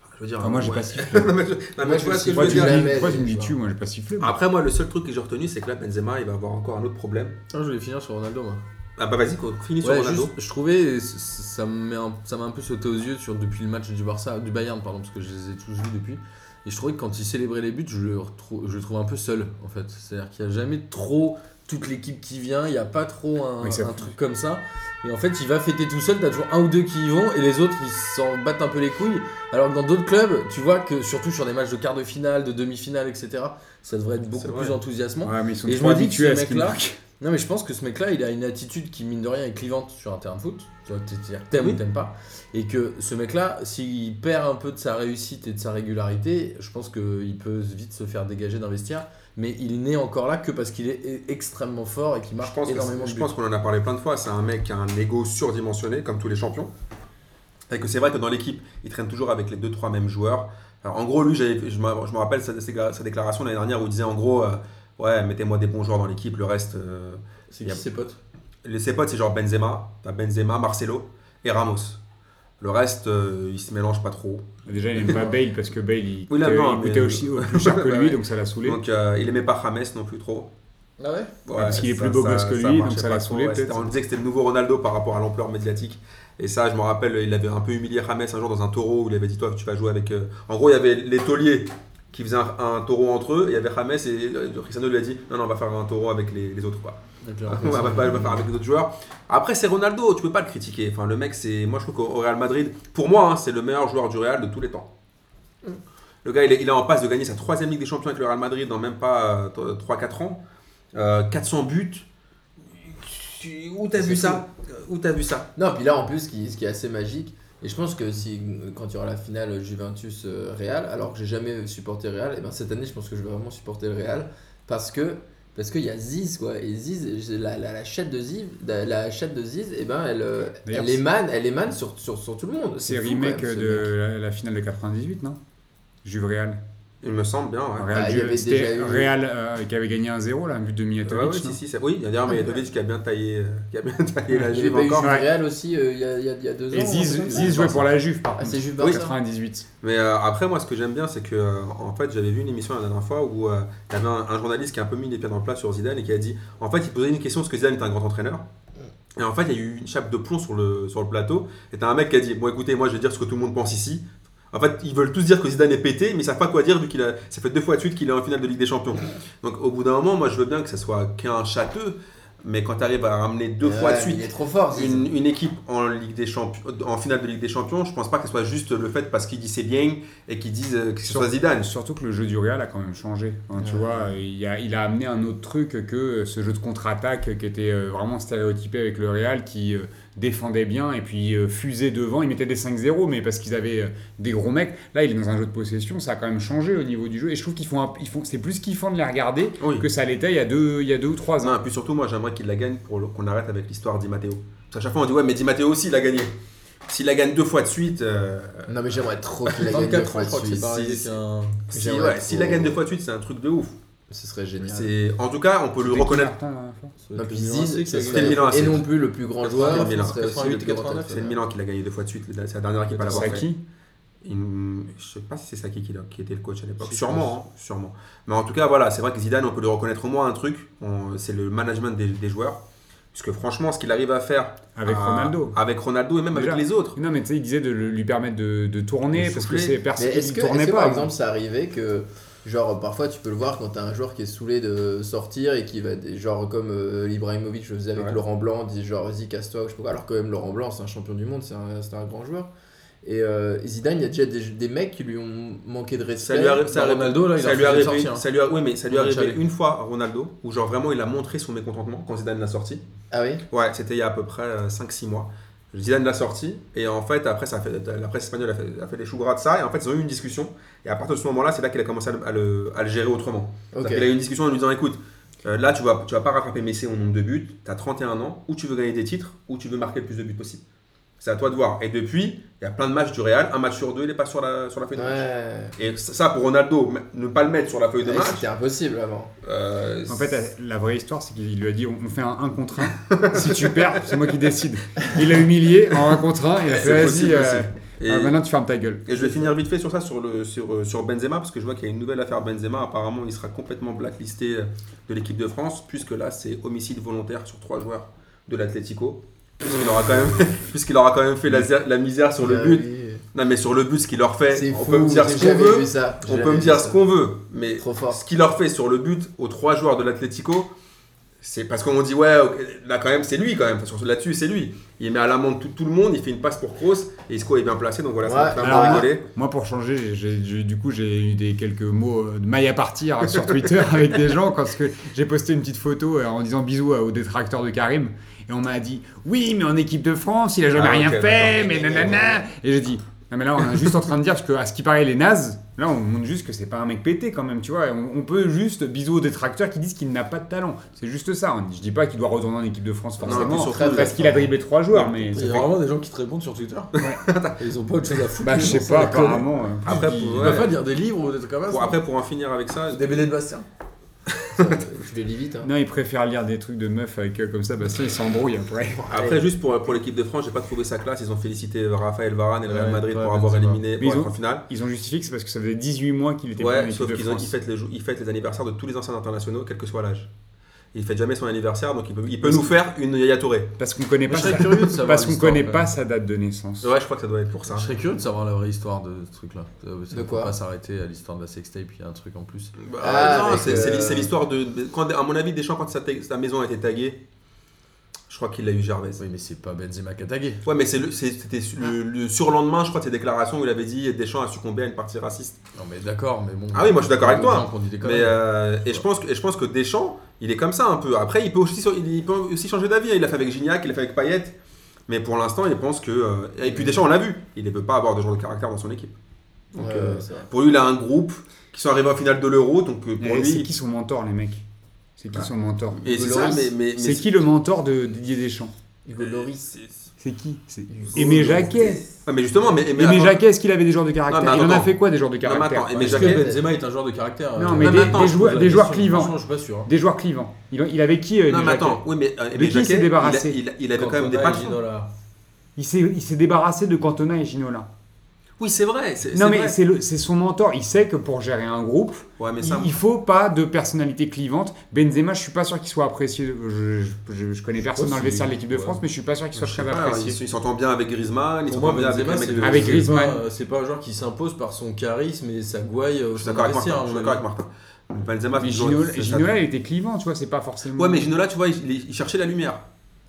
Enfin, Je veux dire, enfin, Ah, moi, j'ai ouais. pas sifflé. Non, mais je- non, mais Moi, tu je vois le ce que je siffle veux Moi, tu dire. jamais, me dis- toi, tu me tu dis vois. tu, moi, j'ai pas sifflé. moi. Après, moi, le seul truc que j'ai retenu, c'est que là, Benzema, il va avoir encore un autre problème. Non, je voulais finir sur Ronaldo, moi. Ah bah vas-y, quoi, finis sur Ouais, Ronaldo. juste, je trouvais, c- c- ça me met un- ça m'a un, peu sauté aux yeux sur, depuis le match du Barça, du Bayern, pardon, parce que je les ai tous vus depuis. Et je trouvais que quand il célébrait les buts, je le, retrou- je le trouve un peu seul, en fait. C'est-à-dire qu'il n'y a jamais trop toute l'équipe qui vient, il n'y a pas trop un, Oui, ça un fout. truc comme ça. Et en fait, il va fêter tout seul, t'as toujours un ou deux qui y vont, et les autres, ils s'en battent un peu les couilles. Alors que dans d'autres clubs, tu vois que, surtout sur des matchs de quart de finale, de demi-finale, etc., ça devrait être beaucoup C'est vrai. plus Ah, enthousiasmant. Ouais, mais ils sont Et je trop me dis que habitués ce à ce qu'ils mec-là- marquent. Non mais je pense que ce mec-là, il a une attitude qui mine de rien est clivante sur un terrain de foot. Tu vois, c'est-à-dire t'aimes Oui. ou t'aimes pas. Et que ce mec-là, s'il perd un peu de sa réussite et de sa régularité, je pense qu'il peut vite se faire dégager d'investir. Mais il n'est encore là que parce qu'il est é- extrêmement fort et qu'il Je marque pense, que- Bah, énormément de je buts. pense qu'on en a parlé plein de fois. C'est un mec qui a un ego surdimensionné, comme tous les champions. Et que c'est vrai que dans l'équipe, il traîne toujours avec les deux trois mêmes joueurs. Alors, en gros, lui, j'avais- je me je me rappelle sa, sa- sa déclaration l'année dernière où il disait en gros, euh, ouais, mettez-moi des bons joueurs dans l'équipe, le reste. euh, C'est il y qui a- ses potes les- ses potes, c'est genre Benzema, t'as Benzema, Marcelo et Ramos. Le reste, euh, il se mélange pas trop. Déjà, il aime pas Bale parce que Bale, il Oui, là, coûtait non, il mais- coûtait aussi au plus cher que Bah lui, ouais. donc ça l'a saoulé. Donc, euh, il aimait pas James non plus trop. Ah ouais Ouais, parce qu'il est ça- plus beau gosse que lui, donc marchait ça pas l'a trop, saoulé, ouais, c'était- peut-être. On disait que c'était le nouveau Ronaldo par rapport à l'ampleur médiatique. Et ça, je me rappelle, il avait un peu humilié James un jour dans un taureau où il avait dit Toi, tu vas jouer avec. euh, En gros, il y avait les tauliers qui faisaient un, un taureau entre eux, et il y avait James et euh, Cristiano lui a dit Non, non, on va faire un taureau avec les, les autres. Quoi. on va pas on va faire avec les autres joueurs. Après, c'est Ronaldo, tu peux pas le critiquer. Enfin, le mec, c'est. Moi, je trouve qu'au au Real Madrid, pour moi, hein, c'est le meilleur joueur du Real de tous les temps. Le gars, il est, il est en passe de gagner sa troisième Ligue des Champions avec le Real Madrid dans même pas 3-4 ans. Euh, 400 buts. Tu- Où t'as C'est vu fou. ça Où t'as vu ça Non, puis là, en plus, ce qui, ce qui est assez magique, et je pense que si, quand il y aura la finale Juventus-Real, alors que j'ai jamais supporté Real, et ben cette année, je pense que je vais vraiment supporter le Real, parce que parce qu'il y a Ziz, quoi. Et Ziz, j'ai- la, la, la chatte de Ziz, la, la chatte de Ziz, et ben elle, euh, D'ailleurs, elle émane, elle émane sur, sur, sur tout le monde. C'est fou, quand même, remake ce de la, la finale de 98, non Juve Real. Il me semble bien. ouais. Real Ah, il y Juve, avait c'était déjà eu- Real euh, qui avait gagné 1-0, là, un but de Mijatovic. Ouais, ouais, si, hein. non si, ça- oui, il y a d'ailleurs Medvedev qui a bien taillé, euh, qui a bien taillé la mec. Il y Juve avait eu encore. Juve Ouais. Real aussi euh, il y, a, il y a- il y a deux ans. Et un Ziz, truc comme ça. Ziz jouait pour la Juve, par Ah, contre. c'est Juve Oui. Barça. 98. Mais euh, après, moi, ce que j'aime bien, c'est que, euh, en fait, j'avais vu une émission la dernière fois où euh, il y avait un, un journaliste qui a un peu mis les pieds dans le plat sur Zidane et qui a dit, en fait, il posait une question parce que Zidane est un grand entraîneur. Et en fait, il y a eu une chape de plomb sur le, sur le plateau. Et t'as un mec qui a dit, bon, écoutez, moi, je vais dire ce que tout le monde pense ici. En fait, ils veulent tous dire que Zidane est pété, mais ils savent pas quoi dire vu qu'il a, ça fait deux fois de suite qu'il est en finale de Ligue des Champions. Donc, au bout d'un moment, moi, je veux bien que ça soit qu'un châteux, mais quand t'arrives à ramener deux fois de Ouais, suite Ah, Il est trop fort, Ziz. une, une équipe en, Ligue des Champions, en finale de Ligue des Champions, je pense pas que ce soit juste le fait parce qu'ils disent c'est bien et qu'ils disent euh, que ce soit Zidane. Surtout que le jeu du Real a quand même changé. Enfin, Tu Ouais. vois, il a, il a amené un autre truc que ce jeu de contre-attaque qui était euh, vraiment stéréotypé avec le Real, qui euh, défendait bien et puis euh, fusait devant. Ils mettaient des 5-0, mais parce qu'ils avaient euh, des gros mecs. Là, il est dans un jeu de possession, ça a quand même changé au niveau du jeu. Et je trouve qu'ils font, un- ils font, c'est plus kiffant de les regarder Oui. que ça l'était il y a deux, il y a deux ou trois Non, ans. et puis surtout, moi j'aimerais qu'il la gagne pour le- qu'on arrête avec l'histoire d'I Matteo. Parce qu'à chaque fois on dit ouais, mais Di Matteo aussi il a gagné. S'il la gagne deux fois de suite, euh, Non, mais j'aimerais trop qu'il la gagne deux 24 euh, ans, fois je crois que dessus. si- c'est hein. pareil. c'est un- si- J'aimerais ouais, trop. s'il la gagne deux fois de suite, c'est un truc de ouf. Ce serait génial. C'est- En tout cas, on peut le C'était hein, qui, reconnaître. Martin, la dernière fois Non, puis Milan, Ziz, c'est- ce c'est- serait- le Milan, et c'est- non plus le plus grand joueur, Milan. ce serait aussi le 88, plus grand 89, C'est le Milan qui l'a gagné deux fois de suite, c'est la dernière équipe à l'avoir C'est fait. qui Il- je sais pas si c'est Saki qui, l'a- qui était le coach à l'époque. Si, je Sûrement, hein, sûrement. Mais en tout cas, voilà, c'est vrai que Zidane, on peut lui reconnaître au moins un truc. On- C'est le management des, des joueurs. Puisque franchement, ce qu'il arrive à faire Avec à- Ronaldo. avec Ronaldo et même Déjà. avec les autres. Non, mais tu sais, il disait de le- lui permettre de, de tourner De parce souffler. que c'est personne Mais est-ce qui que, tournait est-ce que, pas. hein. par avant. exemple, ça arrivait que, genre, parfois tu peux le voir quand t'as un joueur qui est saoulé de sortir et qui va, des- genre, comme euh, Ibrahimovic le faisait avec Ouais. Laurent Blanc, dit genre, vas-y, casse-toi, ou je sais pas quoi. Alors, quand même, Laurent Blanc, c'est un champion du monde, c'est un, c'est un grand joueur. Et, euh, et Zidane, il y a déjà des, des mecs qui lui ont manqué de respect. Ça lui arrive- ça Dans arrive- bah, Ronaldo, là, il Ça a lui, est refusé de arrivé, sortir. hein. ça lui a- ouais, mais ça lui est Dans le arrivé chalet. une fois à Ronaldo, où genre vraiment il a montré son mécontentement quand Zidane l'a sorti. Ah oui Ouais, c'était il y a à peu près euh, 5-6 mois. Zidane l'a sorti, et en fait, après, ça a fait, la presse espagnole a fait, a fait des choux gras de ça, et en fait, ils ont eu une discussion, et à partir de ce moment-là, c'est là qu'il a commencé à le, à le- à le gérer autrement. Ok. Il a eu une discussion en lui disant écoute, euh, là tu vas, tu vas pas rattraper Messi au nombre de buts, tu as 31 ans, ou tu veux gagner des titres, ou tu veux marquer le plus de buts possible. C'est à toi de voir. Et depuis, il y a plein de matchs du Real, un match sur deux, il n'est pas sur la, sur la feuille de match. Ouais. Et ça, ça, pour Ronaldo, m- ne pas le mettre sur la feuille de Ouais, match. C'était impossible avant. euh, En fait, la vraie histoire, c'est qu'il lui a dit on on fait un 1 contre 1. si tu perds, c'est moi qui décide. Il l'a humilié en 1 contre 1. Il a c'est fait vas-y, possible aussi. euh, Et- ah, maintenant tu fermes ta gueule. Et je vais finir vite fait sur ça, sur, le, sur, euh, sur Benzema, parce que je vois qu'il y a une nouvelle affaire Benzema. Apparemment, il sera complètement blacklisté euh, de l'équipe de France, puisque là, c'est homicide volontaire sur trois joueurs de l'Atlético. Puisqu'il aura, quand même- puisqu'il aura quand même fait la, la misère sur le Ah but. oui. Non, mais sur le but, ce qu'il leur fait, C'est on fou, peut me dire j'ai ce qu'on jamais veut. vu ça, j'ai On peut jamais me vu dire ça. ce qu'on veut, mais Trop fort. ce qu'il leur fait sur le but aux trois joueurs de l'Atlético, c'est parce qu'on dit ouais, ok, là quand même c'est lui quand même. Enfin, sur- Là-dessus c'est lui. Il met à l'amende tout, tout le monde, il fait une passe pour Kroos et Isco est bien placé, donc voilà, ça Ouais, m'a fait un peu alors, rigoler. Moi, pour changer, j'ai- j'ai- du coup, j'ai eu des quelques mots euh, de maille à partir sur Twitter avec des gens parce que j'ai posté une petite photo euh, en disant bisous euh, aux détracteurs de Karim. Et on m'a dit Oui, mais en équipe de France, il a jamais Ah, rien ok, fait, d'accord. mais nanana. Et j'ai dit Non, mais là, on est juste en train de dire parce que, à ce qui paraît, les nazes, là, on montre juste que c'est pas un mec pété quand même, tu vois. Et On, on peut juste bisous aux détracteurs qui disent qu'il n'a pas de talent. C'est juste ça. hein. Je dis pas qu'il doit retourner en équipe de France Non, mais forcément. surtout, euh, parce qu'il a dribblé trois joueurs, mais Il ça y a fait- vraiment des gens qui te répondent sur Twitter. Et ils ont pas autre chose à foutre. Bah, je sais pas, apparemment. euh, Après, Ils pour- peuvent ouais. pas lire des livres ou des trucs comme ça. Pour- après, pour en finir avec ça, Des BD de Bastien. Je les lis vite. hein. Non, il préfère lire des trucs de meufs avec eux comme ça, parce qu'ils s'embrouillent après. après juste pour, pour l'équipe de France, j'ai pas trouvé sa classe. Ils ont félicité Raphaël Varane et le Real Ouais, Madrid ouais, pour avoir Benzema. éliminé Mais pour ils être ont- en finale. Ils ont justifié que c'est parce que ça faisait 18 mois qu'il était pas en Ouais, équipe sauf de qu'ils ont- ils France. fêtent, les, jou- ils fêtent les anniversaires de tous les anciens internationaux, quel que soit l'âge. Il fête jamais son anniversaire, donc il peut, il peut nous faire une Yaya Touré. Parce qu'on connaît Mais pas, je sa... serais curieux de savoir. parce qu'on l'histoire, connaît quand pas même. sa date de naissance. Ouais, je crois que ça doit être pour ça. Je serais curieux de savoir la vraie histoire de ce truc-là. Euh, ça De peut quoi pas s'arrêter à l'histoire de la sextape, il y a un truc en plus. Bah, Ah, non, avec, c'est c'est euh, l'hi- c'est l'histoire de, de- quand, à mon avis, Deschamps, quand sa, ta- sa maison a été taguée, je crois qu'il l'a eu Gervais. Oui, mais c'est pas Benzema qui a tagué. Ouais, mais c'est le- c'est- c'était su- le, le surlendemain, je crois, de ses déclarations où il avait dit Deschamps a succombé à une partie raciste. Non, mais d'accord, mais bon. Ah oui, moi, je suis d'accord avec Il y a des toi. gens qui ont dit des Mais conneries. euh, et je pense que et je pense que Deschamps, il est comme ça un peu. Après, il peut aussi il peut aussi changer d'avis. hein. Il l'a fait avec Gignac, il l'a fait avec Payet. Mais pour l'instant, il pense que euh, et puis Deschamps, on l'a vu, il ne peut pas avoir de genre de caractère dans son équipe. Donc, Ouais, euh, ouais, c'est vrai. pour lui, il a un groupe qui sont arrivés en finale de l'Euro, donc euh, Mais pour C'est lui. qui son mentor, les mecs C'est qui son mentor Et c'est ça, Loris, mais, mais- mais- C'est qui le mentor de Didier Deschamps Hugo Loris. C'est qui C'est Hugo Aimé Loris. Jacquet. Ah, mais justement, mais, mais Aimé attends. Jacquet, est-ce qu'il avait des genres de caractère mais Il en a attends. fait quoi des genres de mais caractère attends, Aimé Mais est-ce Jacquet- que Benzema est un joueur de caractère Non, euh, mais Non, mais des, attends, des je joueurs, pose la des joueurs question, clivants. franchement, je suis pas sûr. hein. Des joueurs clivants. Il, il avait qui, euh, Non, Aimé mais Jacquet attends, oui, mais euh, Aimé Mais qui Jacquet, s'est débarrassé il a- il, a- il avait quand même des Cantona et patrons. Ginola. Il s'est il s'est débarrassé de Cantona et Ginola. Oui, c'est vrai. c'est- Non, c'est mais vrai. c'est le- c'est son mentor. Il sait que pour gérer un groupe, Ouais, mais Il- ça. Il faut pas de personnalité clivante. Benzema, je suis pas sûr qu'il soit apprécié. Je, je- je- je connais personne dans le Possible, vestiaire de l'équipe de ouais. France, mais je suis pas sûr qu'il soit très Ah, il apprécié. s- il s'entend bien avec Griezmann, il Pour s'entend moi, bien avec Benzema, les mecs c'est de- Avec c'est Griezmann. pas, euh, C'est pas un joueur qui s'impose par son charisme et sa gouaille. euh, au Je suis sein d'accord avec du Martin. vestiaire, Je suis à mon d'accord avis. avec Martin. Benzema, Mais toujours- Ginola, c'est- Ginola, il était clivant, tu vois, c'est pas forcément. Ouais, mais Ginola, tu vois, il, il- il cherchait la lumière.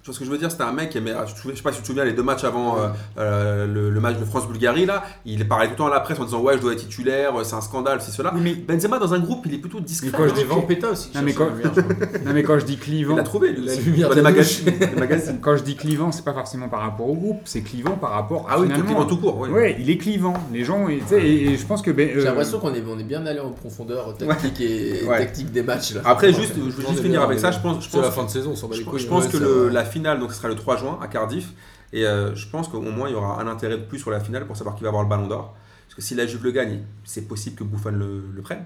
Tu vois ce que je veux dire C'était un mec qui aimait. ah, Je je sais pas si tu te souviens, les deux matchs avant euh, euh, le, le match de France-Bulgarie, là, il parlait tout le temps à la presse en disant Ouais, je dois être titulaire, euh, c'est un scandale, c'est cela. Oui, mais- Benzema, dans un groupe, il est plutôt discret. Mais quand je Des dis- Vampeta aussi. qui Non, mais cherchent quand- la lumière, je crois. Non, mais quand je dis Il clivant, l'a trouvé, lui, La aussi. lumière Dans de les douche. magazines. les magazines. quand je dis clivant, c'est pas forcément par rapport au groupe, c'est clivant par rapport. Ah oui, tout, finalement- clivant tout court. oui. Ouais, il est clivant. Les gens, et, tu sais, et, et je pense que. ben, euh, J'ai l'impression qu'on est, on est bien allé en profondeur tactique et Ouais. tactique des matchs. Là. Après, juste, je veux On est juste bien, finir avec on est ça. bien. Je pense, je C'est la pense fin de saison, on s'en bat Je, les je couilles. pense Ouais, que ça le- va. la finale, donc ce sera le 3 juin à Cardiff, et euh, je pense qu'au moins il y aura un intérêt de plus sur la finale pour savoir qui va avoir le ballon d'or. Parce que si la Juve le gagne, c'est possible que Bouffon le, le prenne.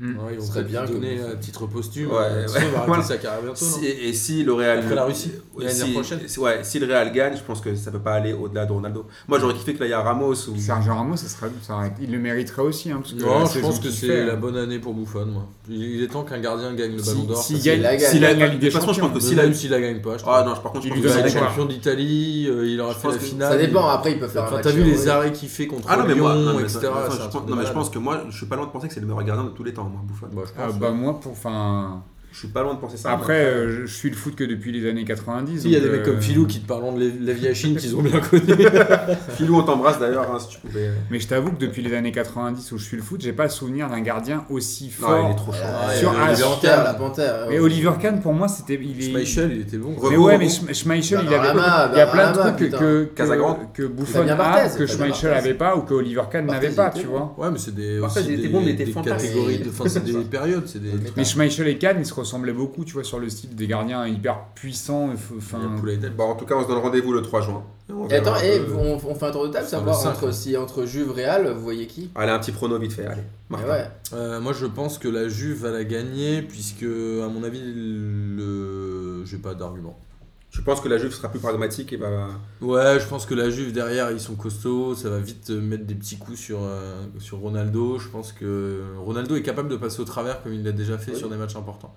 Ouais, ils vont Ce serait peut-être bien lui donner que- un titre posthume. Ouais, euh, tu ouais. sais, on va Voilà. arrêter sa carrière bientôt. non Si- et, et si le Real. Après la Russie, Ouais, l'année si, prochaine. si- ouais, si le Real gagne, je pense que ça peut pas aller au-delà de Ronaldo. Moi j'aurais kiffé que là il y a Ramos ou. Sergio Ramos, ça serait, ça aurait- il le mériterait aussi. hein, parce que la Non, je saison pense que qu'il c'est fait, la hein. bonne année pour Buffon, moi. Il il est temps qu'un gardien gagne le Si- ballon d'or. s'il parce gagne- la gagne. s'il gagne la Ligue de des toute façon, je pense que que si Même la. s'il la gagne pas, Ah je crois. non, je- par contre, je Il pense lui que Il la a donne été Ligue- D'accord. champion d'Italie, euh, il aura Je fait pense la que hein, finale. Ça dépend, après ils peuvent faire un Enfin, match t'as vu les héroïque. arrêts qu'il fait contre Ah non, mais moi, non, mais, Lyon, etc. enfin, c'est un je, truc pense, non, de mais je malade. pense que moi, je suis pas loin de penser que c'est le meilleur gardien de tous les temps, moi, Buffon. Bah, je Ah, pense, bah, ouais. moi, pour. Enfin. Je suis pas loin de penser ça. Après, euh, je- je suis le foot que depuis les années 90. Si, il y a donc, des mecs comme euh, Filou qui te parlent de la vie à Chine qu'ils ont bien connu. Filou, on t'embrasse d'ailleurs, hein, si tu pouvais. Mais je t'avoue que depuis les années 90 où je suis le foot, j'ai pas souvenir d'un gardien aussi Non, fort. il est trop chaud. Ah, Sur- il y ah, a Oliver sur- Kahn, la panthère. Mais Oliver Kahn, pour moi, c'était. Il est... Schmeichel, il était bon. Mais Revo, ouais, Revo. mais Sch- Schmeichel, il avait. Valderrama, Il y a plein de Valderrama, trucs que, Bah, putain. que, Casagrande. que Buffon Fabien a, Barthez, que Fabien Schmeichel Barthez. n'avait pas ou que Oliver Kahn Barthez, n'avait pas, il était tu bon. vois. Ouais, mais c'est des, Après, aussi il était des, bon, mais il était des fantastique. catégories, de- enfin, c'est des périodes, c'est des. Mais- Mais Schmeichel et Kahn, ils se ressemblaient beaucoup, tu vois, sur le style des gardiens hyper puissants. et f- Il y a Enfin, Pouladel. Bon, en tout cas, on se donne rendez-vous le 3 juin. On Et verra attends, eh, un et peu. on, on fait un tour de table, Sur le savoir cinq, hein. entre, ouais. si entre Juve, Real, vous voyez qui Allez, un petit prono vite fait, allez. Mais Martin. Ouais. Euh, moi, je pense que la Juve va la gagner, puisque, à mon avis, le... j'ai pas d'argument. Tu penses que la Juve sera plus pragmatique et va. Ouais, je pense que la Juve, derrière, ils sont costauds. Ça va vite euh, mettre des petits coups sur, euh, sur Ronaldo. Je pense que Ronaldo est capable de passer au travers, comme il l'a déjà fait Oui. sur des matchs importants.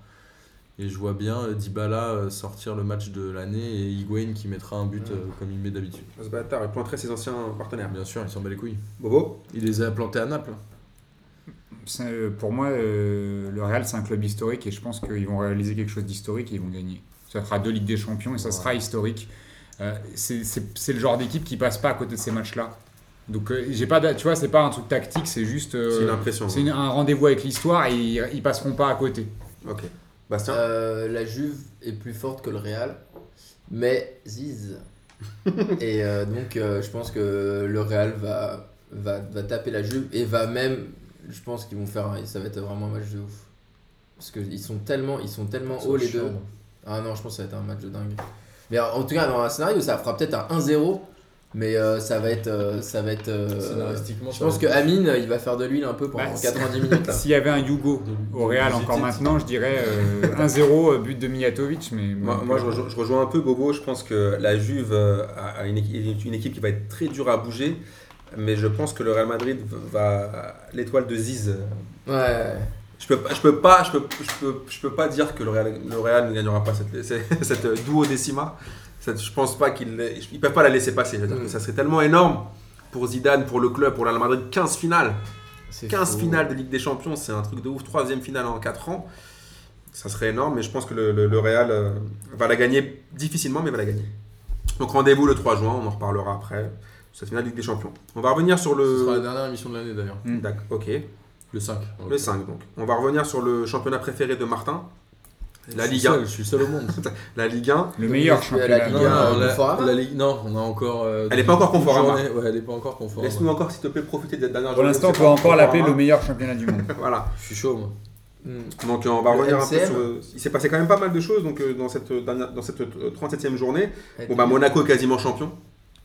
Et je vois bien euh, Dybala euh, sortir le match de l'année et Higuain qui mettra un but Ouais. euh, comme il met d'habitude. Ce bâtard, il planterait ses anciens partenaires. Bien sûr, il s'en bat les couilles. Bobo Il les a plantés à Naples. c'est- euh, pour moi, euh, le Real, c'est un club historique et je pense qu'ils vont réaliser quelque chose d'historique et ils vont gagner. Ça sera deux Ligues des Champions et ça sera historique. Euh, c'est- c'est c'est le genre d'équipe qui passe pas à côté de ces matchs-là. Donc, euh, j'ai pas, d'a- tu vois, c'est pas un truc tactique, c'est juste. euh, C'est une impression. c'est une- un rendez-vous avec l'histoire et ils, ils passeront pas à côté. hein. Ok. Bastien Euh, la Juve est plus forte que le Real, mais Ziz. et euh, donc, euh, je pense que le Real va, va, va taper la Juve et va même. Je pense qu'ils vont faire. un- Ça va être vraiment un match de ouf. Parce qu'ils sont tellement, ils sont tellement hauts les deux. Ah non, je pense que ça va être un match de dingue. Mais en en tout cas, dans un scénario, ça fera peut-être un 1-0. Mais euh, ça va être. euh, ça va être euh, Scénaristiquement, je pense que Amine, il va faire de l'huile un peu pendant Bah, c'est- 90 minutes. là. S'il y avait un Yugo De- au Real de encore Zizic. maintenant, je dirais euh, 1-0, euh, but de Mijatovic. Mais bon. Moi, moi, je, rejoins, je rejoins un peu Bobo. Je pense que la Juve euh, a a une, équi- une équipe qui va être très dure à bouger. Mais je pense que le Real Madrid va. L'étoile de Ziz. euh, Ouais. Je peux, je peux pas, je peux, je peux, je peux pas dire que le Real, le Real ne gagnera pas cette, cette, cette duodécima. Cette- je pense pas qu'ils, l'aient- ils peuvent pas la laisser passer. C'est-à-dire Mm. que ça serait tellement énorme pour Zidane, pour le club, pour le Real Madrid. 15 finales, c'est 15 fou. finales de Ligue des Champions, c'est un truc de ouf. Troisième finale en 4 ans, ça serait énorme. Mais je pense que le, le- le Real euh, va la gagner difficilement, mais va la gagner. Donc rendez-vous le 3 juin, on en reparlera après. Cette finale de Ligue des Champions. On va revenir sur Ce sera la le. dernière émission de l'année d'ailleurs. D'accord, ok. Le 5. Euh, Le 5 donc. On va revenir sur le championnat préféré de Martin. La Ligue 1. Je suis seul au monde. La Ligue 1. le meilleur Depuis la championnat. Ligue Non, Il y a un non, la, Conforama la Ligue, non, on a encore. euh, Elle est pas encore une Conforama. journée. Ouais, elle est pas encore conforme. Laisse-nous encore, s'il te plaît, profiter de la dernière Pour journée. l'instant, on C'est peut pas encore l'appeler le programme. meilleur championnat du monde. Voilà. Je suis chaud, moi. Mm. Donc, euh, on va Le revenir un peu LCM. sur. euh, Il s'est passé quand même pas mal de choses donc, euh, dans cette, euh, dernière- dans cette euh, 37e journée. Ouais, Bon, bah, t'es- Monaco est quasiment champion.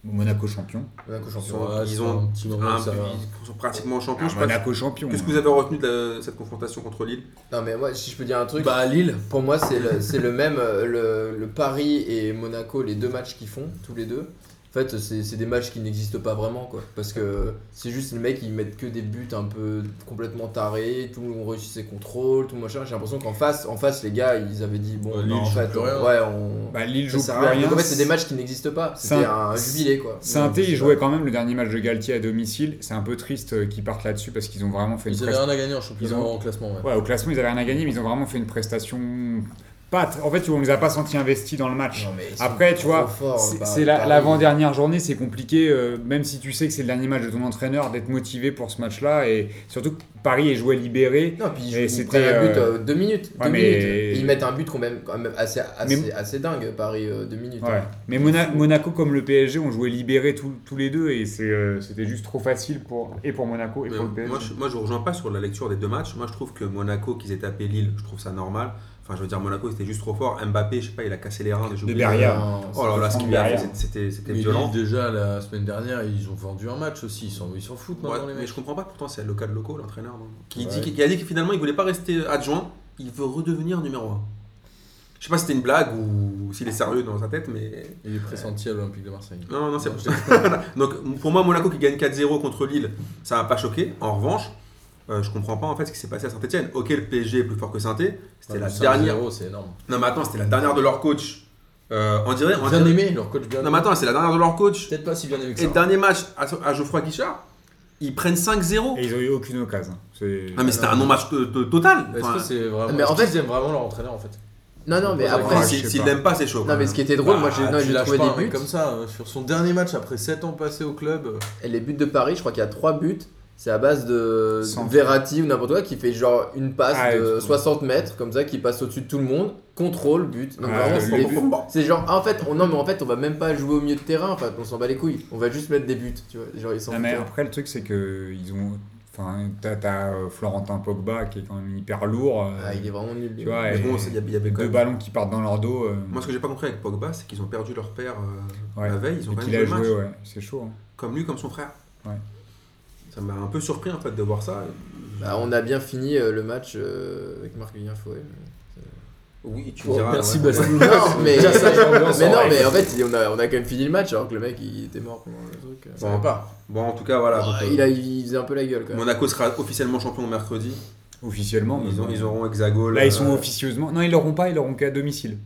Monaco champion. Monaco champion. Sur- Ouais, ils c'est ont euh, un petit moment Un- que ça va. Hein, ils sont pratiquement champions. Ah, je sais pas Monaco champion. hein. si- Qu'est-ce que vous avez retenu de la- cette confrontation contre Lille Non mais moi si je peux dire un truc, Bah, à Lille. pour moi c'est le, c'est le même, euh, le, le Paris et Monaco, les deux matchs qu'ils font, tous les deux. En fait c'est c'est des matchs qui n'existent pas vraiment quoi. Parce que c'est juste les mecs ils mettent que des buts un peu complètement tarés, tout le monde réussit ses contrôles, tout machin. J'ai l'impression qu'en face, en face les gars ils avaient dit bon Ouais, Euh, Lille en joue fait plus on- rien. ouais on... Bah, Lille ça joue sert à plus rien. rien. Donc, en fait c'est des matchs qui n'existent pas. C'est C'était un- un jubilé quoi. Sainté, Donc, il jouait quand même le dernier match de Galtier à domicile. C'est un peu triste euh, qu'ils partent là-dessus parce qu'ils ont vraiment fait une Ils avaient prestation. rien à gagner en Ils championnat, ont- en classement. Ouais. Ouais, au classement, ils avaient rien à gagner, mais ils ont vraiment fait une prestation. Pas tr- En fait, tu vois, on les a pas sentis investis dans le match. Non, mais ils sont Après, tu trop vois, forts, C'est bah, c'est la- Paris. l'avant-dernière journée, c'est compliqué, euh, même si tu sais que c'est le dernier match de ton entraîneur, d'être motivé pour ce match-là. Et surtout que Paris est joué libéré. Non, puis ils, Et jouent- ils c'était, prennent un but euh, euh, deux minutes. ouais, deux mais- minutes. Et ils mettent un but quand même, quand même assez, assez, Mais- assez dingue, Paris, euh, deux minutes. Ouais. Mais Mona- Monaco, comme le PSG, ont joué libéré tous- tous les deux et c'est, euh, c'était juste trop facile pour, et pour Monaco et Mais pour le PSG. Euh, moi, je, moi, je vous rejoins pas sur la lecture des deux matchs. Moi, je trouve que Monaco, qu'ils aient tapé Lille, je trouve ça normal. Enfin, je veux dire, Monaco, c'était juste trop fort. Mbappé, je sais pas, il a cassé les reins. j'ai oublié. Beria. Derrière. Non, Oh là là, ce qu'il a fait, Derrière. c'était- c'était c'était Mais violent. Lille, déjà, la semaine dernière, ils ont vendu un match aussi. Ils s'en ils s'en foutent Ouais, maintenant, les mais mecs. je comprends pas, pourtant c'est le local loco, l'entraîneur, non qui, Ouais. dit, qui, a dit que finalement il voulait pas rester adjoint, il veut redevenir numéro 1. Je sais pas si c'était une blague ou s'il est sérieux dans sa tête, mais. Il est pressenti à l'Olympique de Marseille. Non, non, non, c'est Donc pour moi, Monaco qui gagne 4-0 contre Lille, ça m'a pas choqué. En revanche, euh, je comprends pas en fait ce qui s'est passé à Saint-Etienne. Ok, le PSG est plus fort que Saint-Etienne, c'était la dernière. C'est énorme. Non, mais attends, c'était la dernière de leur coach. Euh, on dirait. On Bien dirait... aimé, leur coach bien Non, mais aimé. attends, c'est la dernière de leur coach. Peut-être pas si bien aimé que Et ça. dernier match à, à Geoffroy Guichard, Ils prennent 5-0. Et ils ont eu aucune occasion. C'est- hein. Ah, mais c'était un non-match t- t- total. Est-ce Enfin, que c'est vraiment. Mais en est-ce qu'ils fait- aiment vraiment leur entraîneur en fait. Non, non, mais Ouais, après. je si- sais S'ils pas. l'aiment pas, c'est chaud. Non, quoi. mais ce qui était drôle, moi, j'ai Ah, non, tu j'ai lâches trouvé pas un des mec buts. comme ça. euh, Sur son dernier match après 7 ans passés au club. euh, Et les buts de Paris, je crois qu'il y a 3 buts. C'est à base de Sans- Verratti ou n'importe quoi qui fait genre une passe Ah, de ouais. 60 mètres, comme ça, qui passe au-dessus de tout le monde, contrôle, but. Donc Ah, vraiment, le c'est des but. buts. C'est genre, ah, en fait, on, non, mais en fait, on va même pas jouer au milieu de terrain, enfin, on s'en bat les couilles. On va juste mettre des buts, tu vois. Genre, ils s'en Non, mais foutent. après, le truc, c'est que ils ont. Enfin, t'as, t'as, euh, Florentin Pogba qui est quand même hyper lourd. euh, Ah, il est vraiment nul. lui. Tu vois, Mais et bon, c'est- il y avait- il y avait quand deux même- ballons qui partent dans leur dos. euh, Moi, ce que j'ai pas compris avec Pogba, c'est qu'ils ont perdu leur père euh, Ouais. la veille. Ils ont et quand même qu'il joué a le joué, match. ouais. C'est chaud. hein. Comme lui, comme son frère. Ouais. Ça m'a un peu surpris en fait de voir ça. Bah, on a bien fini euh, le match euh, avec Marc Guillenfouet. Oui, tu Oh, diras. merci, ouais. bah, Bastien. Non, mais, Déjà, ça, j'ai ambiance, mais non, ouais. mais en fait, on a, on a quand même fini le match alors que le mec il était mort pendant le truc. Ça va pas. Bon, en tout cas, voilà. Ah, donc, euh, il, a, il faisait un peu la gueule quand même. Monaco sera officiellement champion mercredi. Officiellement. mais Ils, ont- bon. ils auront Hexagol. Là, ils sont euh, officieusement. Non, ils l'auront pas, ils l'auront qu'à domicile.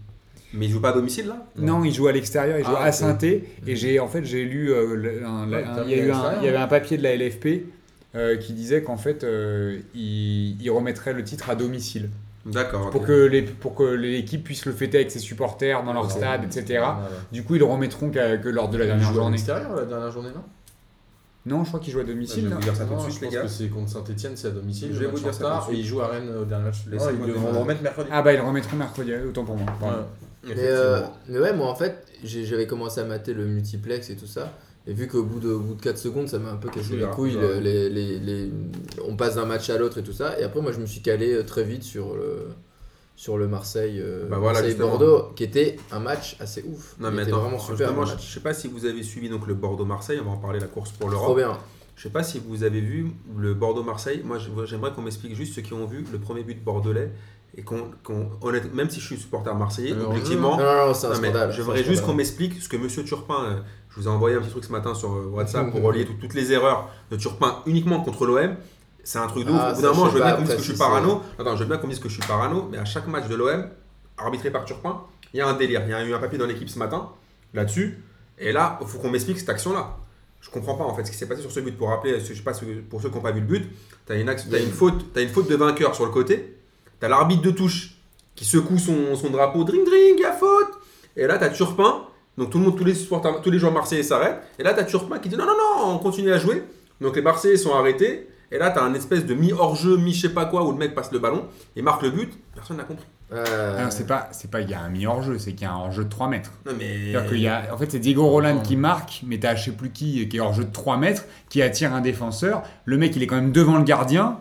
Mais ils jouent pas à domicile là Non, ils jouent à l'extérieur, ils jouent Ah, à ok. saint Et j'ai, en fait, j'ai lu. euh, le- un- Ouais, un- t'as il, y a mis eu à un, l'extérieur, il y avait un papier de la LFP euh, qui disait qu'en fait, euh, ils, ils remettraient le titre à domicile. D'accord. ok. Pour que les- pour que l'équipe puisse le fêter avec ses supporters dans leur Ouais. stade, etc. Ah, Ouais, ouais. Du coup, ils le remettront qu'à- que lors de la Ils dernière jouent à journée. l'extérieur la dernière journée, non Non, je crois qu'ils jouent à Je domicile. hein. vais là. vous dire ça tout de Non, suite, je les pense gars. que c'est contre Saint-Etienne, c'est à domicile. Je le vais vous match dire en ça tout retard, de suite. Et ils jouent à Rennes au dernier match. Non, Laissez-moi ils devront deviner. le remettre mercredi. Ah bah, ils le remettront mercredi, autant pour moi. Pardon. Ouais. Mais, euh, mais ouais, moi en fait, j'ai- j'avais commencé à mater le multiplex et tout ça. Et vu qu'au bout de, au bout de 4 secondes, ça m'a un peu cassé les Oula, couilles, ouais. les- les- les- on passe d'un match à l'autre et tout ça. Et après, moi, je me suis calé euh, très vite sur le, sur le Marseille, euh, Bah voilà, Marseille justement. Bordeaux, qui était un match assez ouf. Non, Il mais était attends, vraiment super. justement, le je match. je sais pas si vous avez suivi donc le Bordeaux-Marseille, on va en parler la course pour Trop l'Europe. bien. Je sais pas si vous avez vu le Bordeaux-Marseille. Moi, je- j'aimerais qu'on m'explique juste ceux qui ont vu le premier but bordelais et qu'on, qu'on- honnête- même si je suis supporter marseillais, Alors, objectivement, Euh, Non, non, non, c'est un Non, mais scandale. je c'est un voudrais juste qu'on scandale. m'explique ce que Monsieur Turpin, euh, je vous ai envoyé un petit truc ce matin sur euh, WhatsApp pour Mhm. relier tout- toutes les erreurs de Turpin uniquement contre l'OM. C'est un truc de Ah, ouf. Au bout ça, d'un moment, je sais je veux bien pas, qu'on me dise que je après, suis si parano. Attends, je veux bien qu'on me dise que je suis parano, mais à chaque match de l'OM, arbitré par Turpin, il y a un délire. Il y a eu un papier dans l'équipe ce matin là-dessus. Et là, il faut qu'on m'explique cette action-là. Je comprends pas en fait ce qui s'est passé sur ce but. Pour rappeler, je sais pas, ceux- pour ceux qui n'ont pas vu le but, tu as une, axe- t'as une, faute- t'as une faute de vainqueur sur le côté. Tu as l'arbitre de touche qui secoue son, son drapeau. Dring, dring, il y a faute. Et là, tu as Turpin. Donc tout le monde, tous les, supporters- tous les joueurs marseillais s'arrêtent. Et là, tu as Turpin qui dit non, non, non, on continue à jouer. Donc les Marseillais sont arrêtés. Et là, tu as un espèce de mi-hors-jeu, mi-je sais pas quoi, où le mec passe le ballon et marque le but. Personne n'a compris. Euh, Ah non, c'est pas, c'est pas, il y a un mis hors jeu, c'est qu'il y a un hors jeu de 3 mètres. Non, mais. C'est-à-dire qu'il y a, en fait, c'est Diego Roland qui marque, mais t'as je sais plus qui, qui est hors jeu de 3 mètres, qui attire un défenseur. Le mec, il est quand même devant le gardien.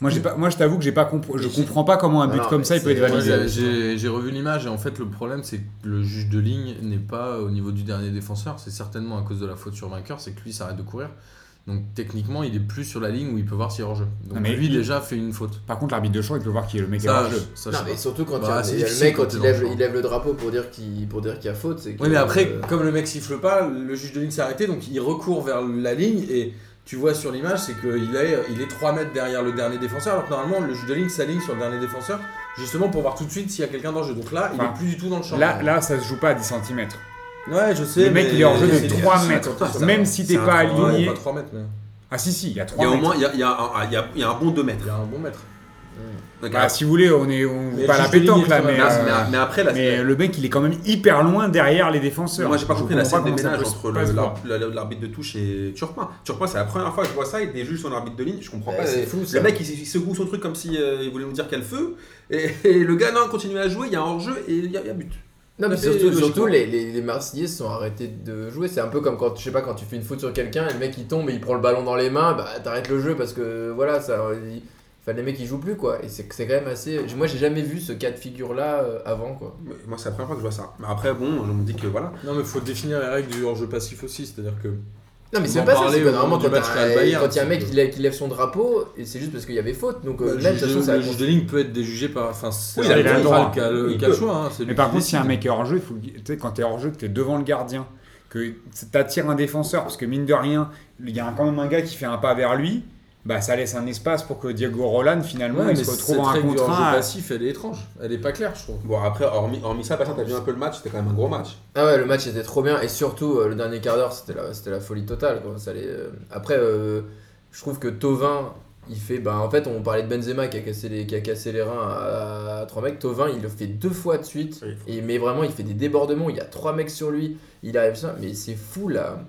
Moi, j'ai pas, moi je t'avoue que j'ai pas compre- je comprends pas comment un but Non, comme mais ça, il peut être c'est- Moi, validé. Ouais, j'ai- J'ai j'ai revu l'image et en fait le problème c'est que le juge de ligne n'est pas au niveau du dernier défenseur. C'est certainement à cause de la faute sur vainqueur, c'est que lui s'arrête de courir. Donc techniquement il est plus sur la ligne où il peut voir s'il est hors jeu. Donc Non, mais lui il- déjà fait une faute. Par contre, l'arbitre de champ, il peut voir qui est le mec qui est Ça, hors jeu. je- ça, je Non, sais mais pas. surtout quand Bah, il y a- c'est il y a le difficile mec, quand quand t'es il dans le lève, champ. il lève le drapeau pour dire qu'il pour dire qu'il y a faute. c'est que- Oui, mais après, euh, comme le mec siffle pas, le juge de ligne s'est arrêté, donc il recourt vers la ligne et tu vois sur l'image, c'est qu'il est, il est 3 mètres derrière le dernier défenseur, alors que normalement le juge de ligne s'aligne sur le dernier défenseur, justement pour voir tout de suite s'il y a quelqu'un dans le jeu. Donc là, il Enfin, est plus du tout dans le champ. Là, là, ça se joue pas à 10 cm. ouais, je sais. Le mec, mais- il est hors jeu de c'est- 3 c'est- mètres. ça. Même si t'es C'est un pas trois- ouais, aligné. pas 3 mètres, mais Ah si, si, il y a 3 Il y a au mètres. moins il y a, il y a un- il y a- il y a un bon 2 mètres. il y a un bon mètre. Donc, Bah, si vous voulez, on est on Mais pas à la juste une pétanque ligne, là, quand mais, même. Mais, euh, mais- mais après, la, mais le mec, il est quand même hyper loin derrière les défenseurs. moi j'ai pas Je compris la comprends scène des comment ça ménages peut se entre passer, le- quoi. l'ar- la- l'arbitre de touche et Turpin. Turpin, c'est la première fois que je vois ça et des juges son arbitre de ligne, je comprends pas. Ouais, c'est- c'est fou, ça. Le mec il, il secoue son truc comme si euh, il voulait nous dire qu'il y a le feu et, et le gars non, continue à jouer, il y a un hors-jeu et il y, a il y a but. Non, mais Mais surtout, logiquement. surtout, les, les, les Marseillais se sont arrêtés de jouer. C'est un peu comme quand, je sais pas, quand tu fais une faute sur quelqu'un et le mec il tombe et il prend le ballon dans les mains, bah t'arrêtes le jeu parce que voilà, ça. il- Enfin, les mecs ils jouent plus quoi. Et c'est c'est quand même assez. Moi j'ai jamais vu ce cas de figure là avant quoi. Mais Moi c'est la première fois que je vois ça. Mais après, bon, je me dis que voilà. Non, mais faut définir les règles du hors-jeu passif aussi, c'est-à-dire que. Non, mais On c'est en pas ça, parlait c'est que au normalement moment quand du match Real t'as- Bayern, quand il y a un c'est mec que- Bah, qui lève, qui lève son drapeau, et c'est juste parce qu'il y avait faute. Donc euh, le là de juge toute façon de- ça a le juge de ligne peut être des jugés par. Enfin, c'est Oui, il a un le arbitral droit. qui a le, Il qui a le peut. choix. hein, c'est lui Mais par qui contre, si décide. un mec est hors jeu, il faut, que- tu sais, quand t'es hors jeu, que t'es devant le gardien, que t'attires un défenseur, parce que mine de rien, il y a quand même un gars qui fait un pas vers lui. bah, ça laisse un espace pour que Diego Roland finalement Ouais, il se mais cette retrouve en un règle du hors-jeu contrat. passif, elle est étrange. Elle est pas claire, je trouve. Bon, après, hormis, hormis ça, Bastien, t'as vu un peu le match, c'était quand même un gros match. Ah ouais, le match était trop bien et surtout euh, le dernier quart d'heure, c'était la, c'était la folie totale. quoi. Ça allait, euh, Après, euh, je trouve que Tovin, il fait. Bah, en fait, on parlait de Benzema qui a cassé les, qui a cassé les reins à, à trois mecs. Tovin, il le fait deux fois de suite. Oui. Et, mais vraiment, il fait des débordements. Il y a trois mecs sur lui. Il arrive ça. Mais c'est fou là.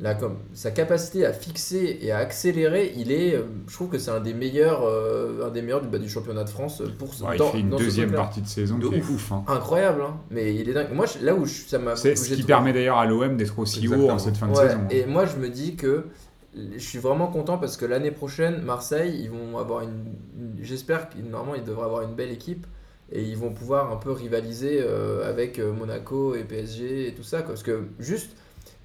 Là, comme sa capacité à fixer et à accélérer, il est, euh, je trouve que c'est un des meilleurs, euh, un des meilleurs du, bah, du championnat de France euh, pour ce Ouais, dans- il fait une dans ce deuxième truc-là. partie de saison De qui est ouf. ouf. hein. Incroyable, hein. mais il est dingue. Ah, Moi, je- là où je- ça m'a, C'est où ce j'ai qui trouvé- permet d'ailleurs à l'OM d'être aussi haut Exactement. en cette fin de Ouais, saison. Et moi, je me dis que je suis vraiment content parce que l'année prochaine, Marseille, ils vont avoir une. une- J'espère que normalement, ils devraient avoir une belle équipe et ils vont pouvoir un peu rivaliser euh, avec euh, Monaco et PSG et tout ça. quoi. Parce que juste.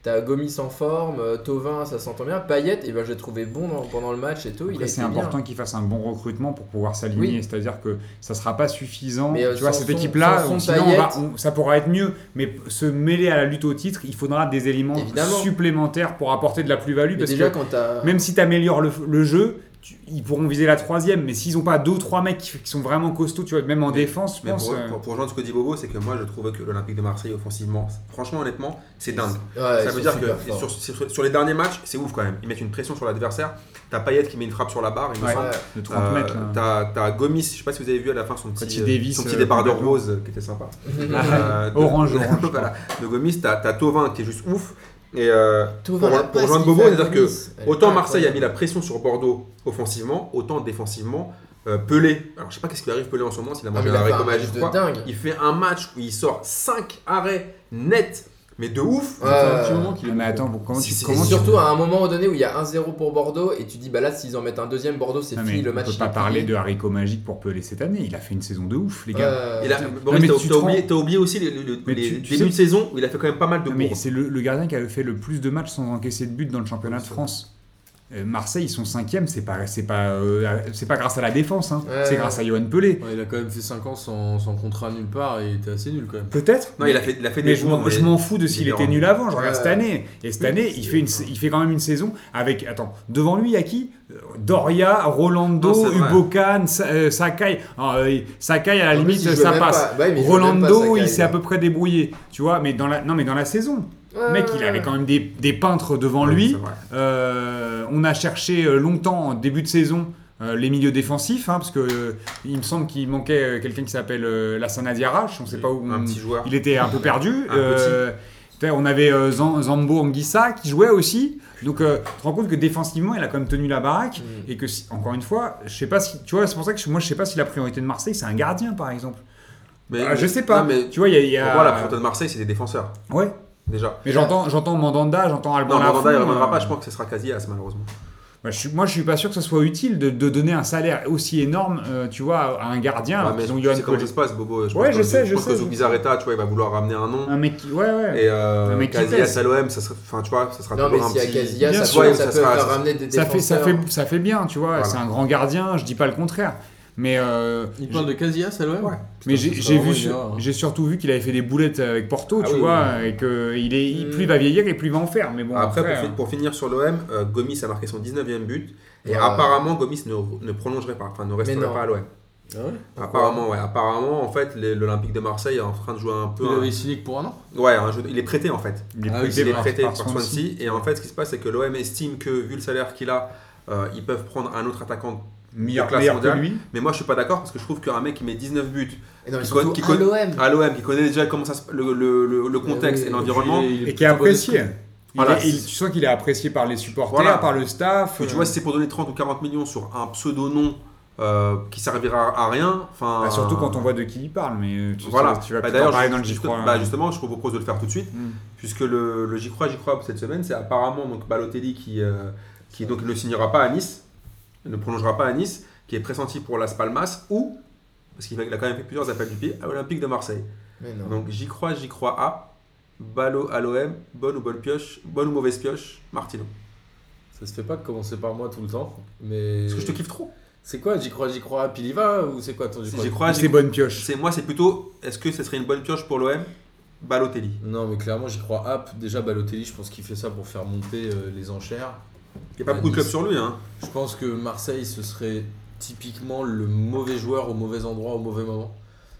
T'as Gomis en forme, euh, Thauvin, ça s'entend bien. Payet, et ben, j'ai trouvé bon dans- pendant le match et tout. il Après, a c'est été bien. important qu'il fasse un bon recrutement pour pouvoir s'aligner. Oui. C'est-à-dire que ça sera pas suffisant. Mais, euh, tu vois, sans cette son- équipe-là, sans son sinon on va- Payet- on- ça pourra être mieux. Mais p- se mêler à la lutte au titre, il faudra des éléments Évidemment. supplémentaires pour apporter de la plus-value. Mais Parce déjà, que quand t'as. même si tu améliores le, le jeu, tu- ils pourront viser la troisième. Mais s'ils n'ont pas deux trois mecs qui, qui sont vraiment costauds, tu vois, même en défense, je Mais pense. pour, euh, pour, pour rejoindre ce que dit Bobo, c'est que moi je trouve que l'Olympique de Marseille offensivement, franchement honnêtement, c'est dingue. Ouais, Ah, ils ça sont veut dire super que forts. sur, sur- sur les derniers matchs, c'est ouf quand même. Ils mettent une pression sur l'adversaire. T'as Payet qui met une frappe sur la barre, il me Ouais. semble. Ouais. de 30 Euh, mètres. là. T'as t'as Gomis, je sais pas si vous avez vu à la fin son petit, il euh, dévisse, son petit euh, débardeur complètement. Ah, rose euh, qui était sympa. Euh, de- Orange, orange. voilà. De Gomis, t'as t'as Thauvin qui est juste ouf. Et euh, Thauvin, Pour- la pour passe rejoindre qu'il Bobo, fait à c'est-à-dire que Gomis, elle est autant Marseille a incroyable. mis la pression sur Bordeaux offensivement, autant défensivement, euh, Pelé, alors je sais pas qu'est-ce qui lui arrive Pelé en ce moment, s'il a Ah, mangé mais un il a fait arrêt un comme match Agif ou de quoi. dingue. Il fait un match où il sort 5 arrêts nets, mais de ouf. Ouais. Ça fait un petit moment qu'il est Mais pas attends, pour- comment Si tu c'est- comment et tu- surtout à un moment donné où il y a 1-0 pour Bordeaux et tu dis bah là s'ils en mettent un deuxième Bordeaux c'est Non, mais fini le on match. peut il pas est parler fini. de haricot magique pour Pelé cette année. Il a fait une saison de ouf, les gars. Euh, Et là, Non, Boris, mais t'as tu t'as te rends- oublié, t'as oublié aussi le, le- Mais les tu- tu débuts sais- de saison où il a fait quand même pas mal de Non, mais courses. c'est le, le gardien qui a fait le plus de matchs sans encaisser de but dans le championnat de France. Euh, Marseille, ils sont cinquième, c'est pas, c'est pas, euh, c'est pas grâce à la défense, hein. Ouais. c'est grâce à Johan Pelé. Ouais, il a quand même fait 5 ans sans, sans contrat nulle part et il était assez nul quand même. Peut-être. Non, mais- il a fait, il a fait mais des je jours, m'en- mais- je m'en fous de s'il il est était en- nul avant. Je regarde Ouais. cette année. Et cette année, il fait, une, il fait quand même une saison avec. Attends, devant lui, il y a qui Euh, Doria, Non, Rolando, c'est vrai. Ubokan, Sa- euh, Sakai. Ah, euh, Sakai, à la en plus, limite, il jouait ça même passe. pas. Ouais, mais il jouait même pas, Rolando, Sakai, il s'est à là. peu près débrouillé. Tu vois, mais dans la, non, mais dans la saison. Mec, Euh. il avait quand même des, des peintres devant Ouais, lui. c'est vrai. Euh, on a cherché euh, longtemps, en début de saison, euh, les milieux défensifs, hein, parce que euh, il me semble qu'il manquait euh, quelqu'un qui s'appelle euh, Lassana Diarrache, on sait pas où. Un on- petit joueur. euh, Il était un peu perdu. Un petit. putain, on avait euh, Zan- Zambo Anguissa qui jouait aussi. Donc, euh, tu te rends compte que défensivement, il a quand même tenu la baraque. Mm. Et que, si- encore une fois, je sais pas si. Tu vois, c'est pour ça que je- moi, je sais pas si la priorité de Marseille, c'est un gardien, par exemple. Mais- Ah, je sais pas. Non, mais Tu vois, il y a. il y pour a- moi, la priorité de Marseille, c'est des défenseurs, Ouais. déjà. Mais j'entends, j'entends Mandanda, j'entends Alban Non, Lafont, Mandanda, il euh, reviendra pas, je pense que ce sera Casillas, malheureusement. Bah, je suis, moi, je suis pas sûr que ce soit utile de, de donner un salaire aussi énorme, euh, tu vois, à un gardien. alors Ouais, mais qu'ils ont tu Ah, Johan sais comment ça Cruyff. se passe, Bobo. Ouais, pense je que- sais, je pense sais, que je Zubizarreta, tu vois, il va vouloir ramener un nom. Un mec qui, ouais, ouais. Et Un euh, mec qui Casillas pèse. à l'OM, ça sera, enfin, tu vois, ça sera Non mais toujours un s'il y a petit- Casillas Bien ça, sûr, peut- ça ça peut sera- faire ramener des ça défenseurs. fait, ça fait, ça fait bien, tu vois. Voilà. C'est un grand gardien. Je dis pas le contraire, mais euh, Il j'ai- parle de Casillas à l'OM Ouais. mais Putain, j'ai ça, j'ai vraiment, vu, il est sur- rare, hein. j'ai surtout vu qu'il avait fait des boulettes avec Porto, Ah tu oui, vois, oui. Euh. et que il est, il- Hmm. plus il va vieillir et plus il va en faire. Mais bon, Après, pour, après, hein, fi- pour finir sur l'OM, euh, Gomis a marqué son 19e but. Et Ouais. Ah. apparemment, Gomis ne, ne prolongerait pas, enfin ne resterait non. pas à l'OM. Ah ouais Apparemment, ouais. Apparemment, en fait, les- l'Olympique de Marseille est en train de jouer un peu. Il un- avait signé que pour un an. Ouais, un jeu- il est prêté en fait. il est Ah oui, prêté Il est par- prêté par par Swansea. Swansea. Et en fait, ce qui se passe, c'est que l'OM estime que, vu le salaire qu'il a, euh, ils peuvent prendre un autre attaquant. meilleur, classe meilleur que mondiale. lui. Mais moi, je suis pas d'accord parce que je trouve qu'un mec qui met 19 buts Et non, mais qui surtout qui à l'OM. à l'OM, qui connaît déjà comment ça se- le, le- le- le contexte oui, et l'environnement. Il est- il est Et qui est plutôt bon apprécié. esprit. Il Voilà, est- il- c'est- tu sens qu'il est apprécié par les supporters, Voilà. par le staff. euh, Puis tu vois, si c'est pour donner 30 ou 40 millions sur un pseudo-nom euh, qui servira à rien, enfin. Bah, surtout quand on voit de qui il parle, mais euh, tu, Euh, Voilà. sais, tu Bah, vas plus en D'ailleurs, parler je- dans le hein. juste- J-Croix. bah, justement, je vous propose de le faire tout de suite, Mm. puisque le, le J'y crois, J'y crois cette semaine, c'est apparemment donc Balotelli qui, euh, qui donc, ne signera pas à Nice, ne prolongera pas à Nice, qui est pressenti pour Las Palmas ou, parce qu'il a il a quand même fait plusieurs appels du pied, à l'Olympique de Marseille. Mais non. Donc J'y crois, J'y crois à, Balo à l'OM, bonne ou bonne pioche, bonne ou mauvaise pioche, Martino. Ça se fait pas de commencer par moi tout le temps. Mais. Parce que je te kiffe trop. C'est quoi J'y crois, j'y crois, puis il y va Ou c'est quoi ton j'y crois J'y crois, c'est J'y bonne pioche. C'est moi, c'est plutôt est-ce que ce serait une bonne pioche pour l'OM Balotelli. Non, mais clairement, j'y crois. App, déjà Balotelli, je pense qu'il fait ça pour faire monter euh, les enchères. Il n'y a pas beaucoup de clubs sur lui. Hein. Je pense que Marseille, ce serait typiquement le mauvais joueur au mauvais endroit au mauvais moment.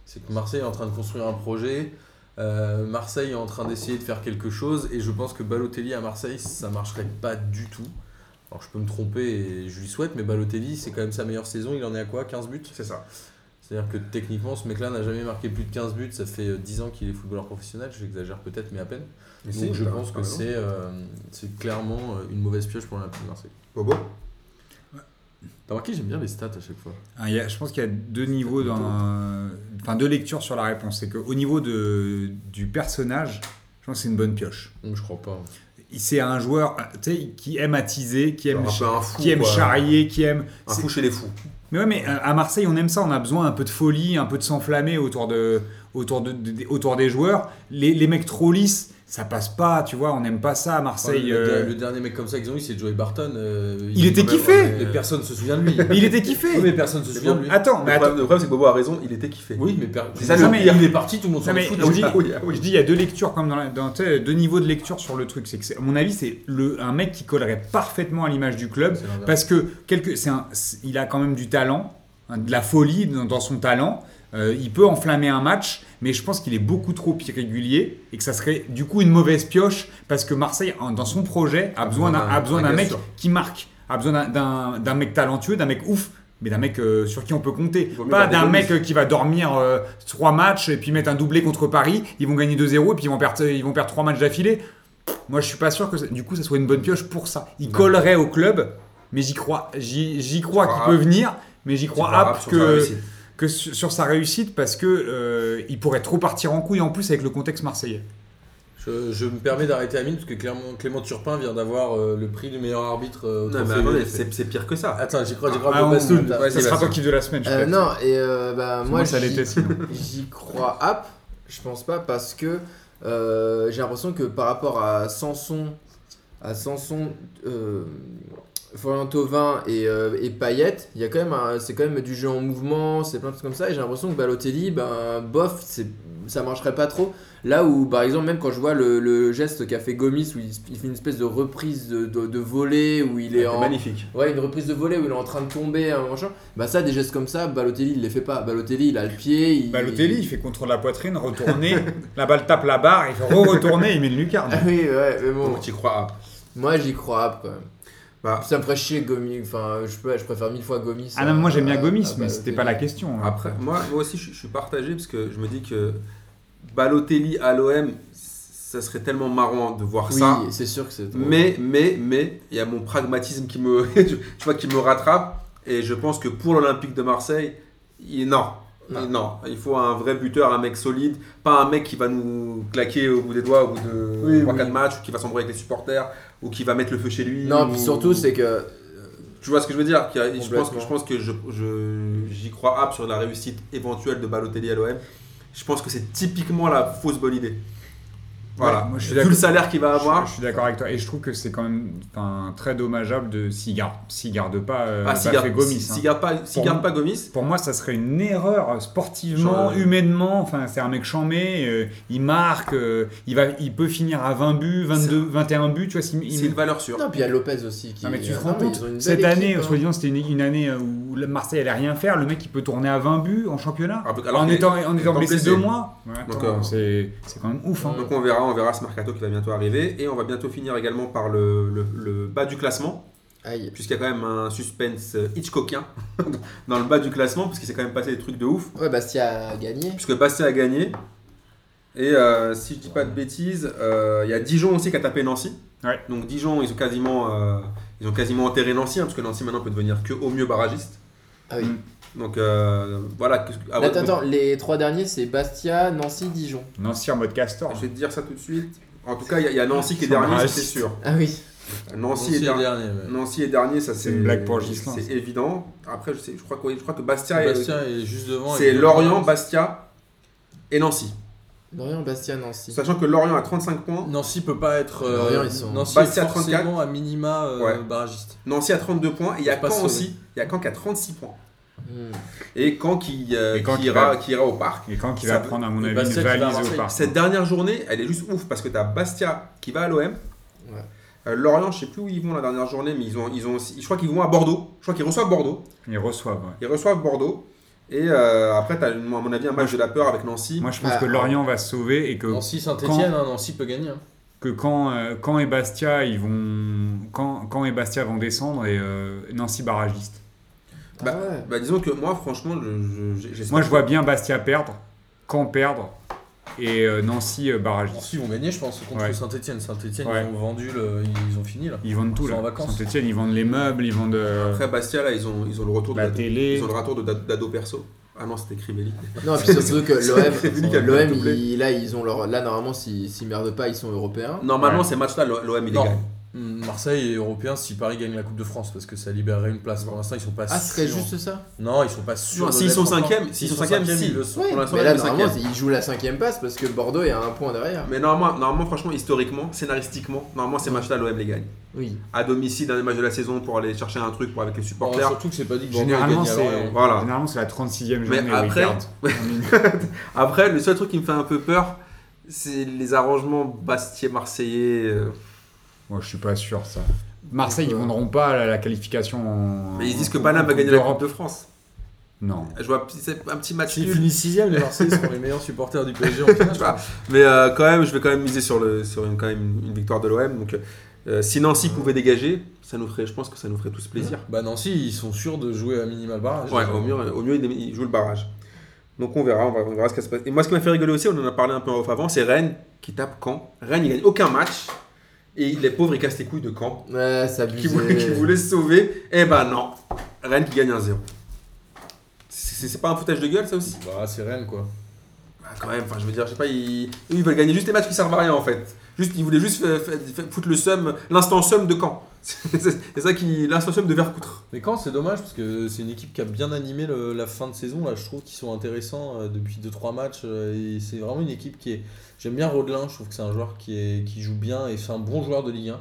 C'est que Marseille est en train de construire un projet. euh, Marseille est en train d'essayer de faire quelque chose et je pense que Balotelli à Marseille ça marcherait pas du tout. Alors je peux me tromper et je lui souhaite, mais Balotelli c'est quand même sa meilleure saison. Il en est à quoi 15 buts C'est ça. C'est-à-dire que techniquement ce mec-là n'a jamais marqué plus de 15 buts. Ça fait euh, 10 ans qu'il est footballeur professionnel, j'exagère peut-être, mais à peine. Mais Donc si, je t'as- pense t'as que raison. c'est euh, c'est clairement euh, une mauvaise pioche pour l'Olympique de Marseille. Bobo T'as remarqué, j'aime bien les stats à chaque fois. Ah, il y a- je pense qu'il y a deux niveaux dans, enfin deux lectures sur la réponse. C'est qu'au niveau de, du personnage, je pense que c'est une bonne pioche. Donc Hum, je crois pas. Il- C'est un joueur euh, tu sais, qui aime attiser, qui aime, Alors, un peu un fou, qui aime quoi. charrier, qui aime. Un c'est- fou chez les fous. Mais ouais, mais euh, à Marseille, on aime ça. On a besoin un peu de folie, un peu de s'enflammer autour de, autour de, de- autour des joueurs. Les, les mecs trop lisses, ça passe pas, tu vois. On n'aime pas ça à Enfin, Marseille. le, euh. le dernier mec comme ça qu'ils ont eu, c'est Joey Barton. euh, Il était quand même- kiffé. mais personne se souvient de lui. Mais il était Oui, mais kiffé. personne se souvient de lui. Attends, Le mais attends. problème, le problème, c'est que Bobo a raison, il était kiffé. Oui, mais per- ah, C'est ça, Non, le mais pire. il est parti, tout le monde s'en Non, mais fout. je donc- dis- Ah oui, ah oui. Je dis, il y a deux lectures comme dans, la- dans tu sais, deux niveaux de lecture sur le truc. C'est que, c'est- à mon avis, c'est le un mec qui collerait parfaitement à l'image du club C'est l'inverse. parce que quelque, c'est un- c'est- il a quand même du talent, hein, de la folie dans, dans son talent. Euh, il peut enflammer un match, mais je pense qu'il est beaucoup trop irrégulier et que ça serait du coup une mauvaise pioche parce que Marseille, en- dans son projet, Ah, a besoin bah, d'un, a besoin ouais, d'un bien mec sûr. qui marque, a besoin d'un, d'un- d'un mec talentueux, d'un mec ouf. Mais d'un mec euh, sur qui on peut compter. vaut mieux Pas garder d'un Gomis. mec euh, qui va dormir euh, trois matchs et puis mettre un doublé contre Paris. Ils vont gagner 2-0 et puis ils vont perdre, ils vont perdre trois matchs d'affilée. Moi, je suis pas sûr que ça- du coup, ça soit une bonne pioche pour ça. Il collerait au club, mais j'y crois, j'y, j'y crois Tu qu'il crois peut à- venir, mais j'y crois Sur- pas sur sa que, réussite. que su- sur sa réussite parce que euh, il pourrait trop partir en couille en plus avec le contexte marseillais. Je, je me permets d'arrêter Amine parce que Clément, Clément Turpin vient d'avoir euh, le prix du meilleur arbitre. euh, au Non, mais trophée attendez, UEFA. c'est c'est pire que ça. Attends, j'y crois, j'y crois. Ah, pas on- Bastoul. vas-y, ça sera vas-y. pas kiff de la semaine. je Euh, pense. non, et euh, bah, Parce que moi, moi, ça j'y- l'était sinon. J'y crois app, je pense pas parce que euh, j'ai l'impression que par rapport à Sanson, à Sanson, euh, Florian Thauvin et, euh, et Payet, il y a quand même un- c'est quand même du jeu en mouvement, c'est plein de trucs comme ça et j'ai l'impression que Balotelli, ben bof, c'est ça marcherait pas trop. Là où par exemple même quand je vois le, le geste qu'a fait Gomis où il, il fait une espèce de reprise de, de, de volée où il est Ah, C'est en magnifique. Ouais, une reprise de volée où il est en train de tomber, un machin. Bah ça, des gestes comme ça, Balotelli, il les fait pas. Balotelli, il a le pied. Il... Balotelli, il fait contrôle la poitrine, retourner, la balle tape la barre, il fait re-retourner, il met le Ah lucarne. oui, ouais, mais bon. Donc tu y crois. ah. Moi, j'y crois quand même. Bah, Ça me ferait chier Gomis. Enfin, je, peux- je préfère mille fois Gomis. Ah non, moi j'aime bien à- Gomis, à mais c'était pas la question. hein. Après, moi, moi aussi, je, je suis partagé parce que je me dis que Balotelli à l'OM, ça serait tellement marrant de voir Oui, ça. c'est sûr que c'est. drôle. Mais, mais, mais, il y a mon pragmatisme qui me, tu vois, qui me rattrape. Et je pense que pour l'Olympique de Marseille, il- non. Non. Il- Non. il faut un vrai buteur, un mec solide, pas un mec qui va nous claquer au bout des doigts au bout de Oui, 3-4 oui. matchs, ou qui va s'embrouiller avec les supporters, ou qui va mettre le feu chez lui. Non, ou- puis surtout, c'est que. Tu vois ce que je veux dire Qu'il y a- Je pense que Complètement. je pense que je je- j'y crois ab sur la réussite éventuelle de Balotelli à l'OM. Je pense que c'est typiquement la fausse bonne idée. Voilà. Ouais, moi, je suis Vu d'accord. le salaire qu'il va Je, avoir. je suis d'accord avec toi et je trouve que c'est quand même enfin, très dommageable de s'il garde, s'il garde pas, euh, Ah, s'il Bafé garde, Gomis. s'il hein. garde pas, s'il Pour garde pas moi- Gomis, Pour moi, ça serait une erreur euh, sportivement, Genre, euh, humainement. Enfin, c'est un mec chambé, euh, il marque, euh, il, va, il peut finir à 20 buts, 22, 21 buts. Tu vois, s'il- il- c'est une valeur sûre. Non, puis il y a Lopez aussi qui. Non, mais tu te Ah, rends mais ils compte, ont une cette belle année, équipe, hein. soi-disant, c'était une, une année où le Marseille allait rien faire. Le mec, il peut tourner à 20 buts en championnat Alors que- Ah, bah, alors en, qu'il est- étant, en étant étant blessé blessé. deux mois. Ouais, Donc, attends, euh, c'est c'est quand même ouf. hein. Donc on verra, on verra ce mercato qui va bientôt arriver et on va bientôt finir également par le, le- le bas du classement Aïe. puisqu'il y a quand même un suspense euh, Hitchcockien dans le bas du classement puisqu'il s'est quand même passé des trucs de ouf Ouais, Bastia a gagné. puisque Bastia a gagné et euh, si je dis pas de bêtises euh, il y a Dijon aussi qui a tapé Nancy Ouais. donc Dijon ils ont quasiment euh, ils ont quasiment enterré Nancy hein, parce que Nancy maintenant peut devenir que au mieux barragiste Ah oui. Mm. donc euh, voilà qu'est-ce que- ah, attends, ouais, attends, les trois derniers, c'est Bastia, Nancy, Dijon. Nancy en mode castor. je vais te dire ça tout de suite en tout cas il y, a- il y a Nancy qui est dernier c'est Barragiste. sûr Ah oui. Nancy Nancy est est dernier dernier. ouais. Nancy est dernier, ça c'est une blague pour Gislain, C'est ça. évident. Après, je, sais, je, crois, que- je crois que Bastia, est- Bastien est juste devant. c'est et- Lorient, Bastia et Nancy. Lorient, Bastia, Nancy. Sachant que Lorient a 35 points, Nancy peut pas être. euh, Lorient, ils sont- Nancy Bastia, est forcément à minima euh, Ouais. barragiste. Nancy a 32 points et il y a Faut pas Caen se aussi. Il y a Caen qui a 36 points. Mm. Et Caen qui, euh, Et Caen qui qui ira, va- qui ira au parc. Et quand il Ça va peut- prendre, à mon et avis, une Bastia qui va à valise au Marseille. parc. Cette dernière journée, elle est juste ouf parce que tu as Bastia qui va à l'OM. Euh, Lorient, je sais plus où ils vont la dernière journée, mais ils ont, ils ont aussi- je crois qu'ils vont à Bordeaux. Je crois qu'ils reçoivent Bordeaux. Ils reçoivent. ouais. Ils reçoivent Bordeaux. Et euh, après, tu as, à mon avis, un match de la peur avec Nancy. Moi, je pense Ah. que Lorient va se sauver et que Nancy, Saint-Etienne, Nancy peut gagner. hein. que quand, euh, quand et Bastia ils vont quand, quand et Bastia vont descendre et euh, Nancy barragiste. Bah, Ah ouais. bah, disons que moi, franchement, je- je- j'espère. Moi je vois bien Bastia perdre, Caen perdre et euh, Nancy euh, barragiste. Nancy vont gagner, je pense, contre Ouais. Saint-Etienne. Saint-Etienne, Ouais. ils ont vendu, le- ils ont fini là. Ils vendent tout Ils sont en là. vacances. Saint-Etienne ils vendent les meubles, ils vendent euh, Après, Bastia, là, ils ont, ils ont le retour de la Dado- télé. Ils ont le retour de Da- Dado perso. Ah non, c'était Crivelli. Non, puis surtout que Crivelli qui a mis l'OM, un l'OM, doublé. il- là, ils ont leur, là normalement, s'ils s'ils merdent pas, ils sont européens. Normalement, Ouais. ces matchs-là, l'O- l'OM, il les Non. gagne. Mm, Marseille est européen si Paris gagne la Coupe de France parce que ça libérerait une place. Pour l'instant, ils sont pas Ah, ce serait sûrs. juste ça. Non, ils sont pas sûrs. Non, de s'ils l'être sont encore. cinquième, s'ils sont cinquième, si. ils le sont. Ouais, l'instant, mais il là, est le normalement, cinquième. il joue la cinquième passe parce que Bordeaux est à un point derrière. Mais normalement, normalement, franchement, historiquement, scénaristiquement, normalement, ces matchs-là, l'OM les gagne. Oui. À domicile, dernier match de la saison, pour aller chercher un truc pour avec les Bon, supporters. surtout que c'est pas dit que Bordeaux a Généralement gagné à c'est Lorient. Voilà. généralement c'est la 36e Mais journée où ils après- perdent. Après, le seul truc qui me fait un peu peur, c'est les arrangements Bastier-Marseillais. euh, Moi je suis pas sûr ça. Marseille ils Donc, euh, vendront pas la, la qualification. En, Mais ils disent que en- Paname en va gagner la Coupe d'Europe. de France. Non. Je vois un petit- c'est un petit match S'ils nul. finissent sixième, les Marseillais sont les meilleurs supporters du PSG en finale. je Bah, pense. Mais euh, quand même, je vais quand même miser sur, le, sur une, quand même une- une victoire de l'OM. Donc, euh, si Nancy pouvait dégager, ça nous ferait, je pense que ça nous ferait tous plaisir. Bah Nancy, ils sont sûrs de jouer à minimal barrage. Ouais, au mieux, au mieux, il, il joue le barrage. Donc on verra, on va- on verra ce qui se passe. Et moi, ce qui m'a fait rigoler aussi, on en a parlé un peu en off avant, c'est Rennes qui tape Caen. Rennes, il gagne aucun match. Et les pauvres, ils cassent les couilles de Caen. Ouais, ça Qui voulait, qui voulait se sauver. Eh ben non. Rennes qui gagne 1-0. C'est c'est- c'est pas un foutage de gueule, ça aussi Bah c'est Rennes quoi. Bah, quand même, enfin, je veux dire, je sais pas, ils... eux, ils veulent gagner juste les matchs qui servent à rien en fait. Juste, ils voulaient juste fa- fa- fa- foutre le seum, l'instant seum de Caen. C'est c'est ça qui. L'instant seum de Vercoutre. Mais quand c'est dommage parce que c'est une équipe qui a bien animé le- la fin de saison là, je trouve qu'ils sont intéressants euh, depuis 2-3 matchs euh, et c'est vraiment une équipe qui est j'aime bien Rodelin, je trouve que c'est un joueur qui est qui joue bien et c'est un bon joueur de Ligue 1.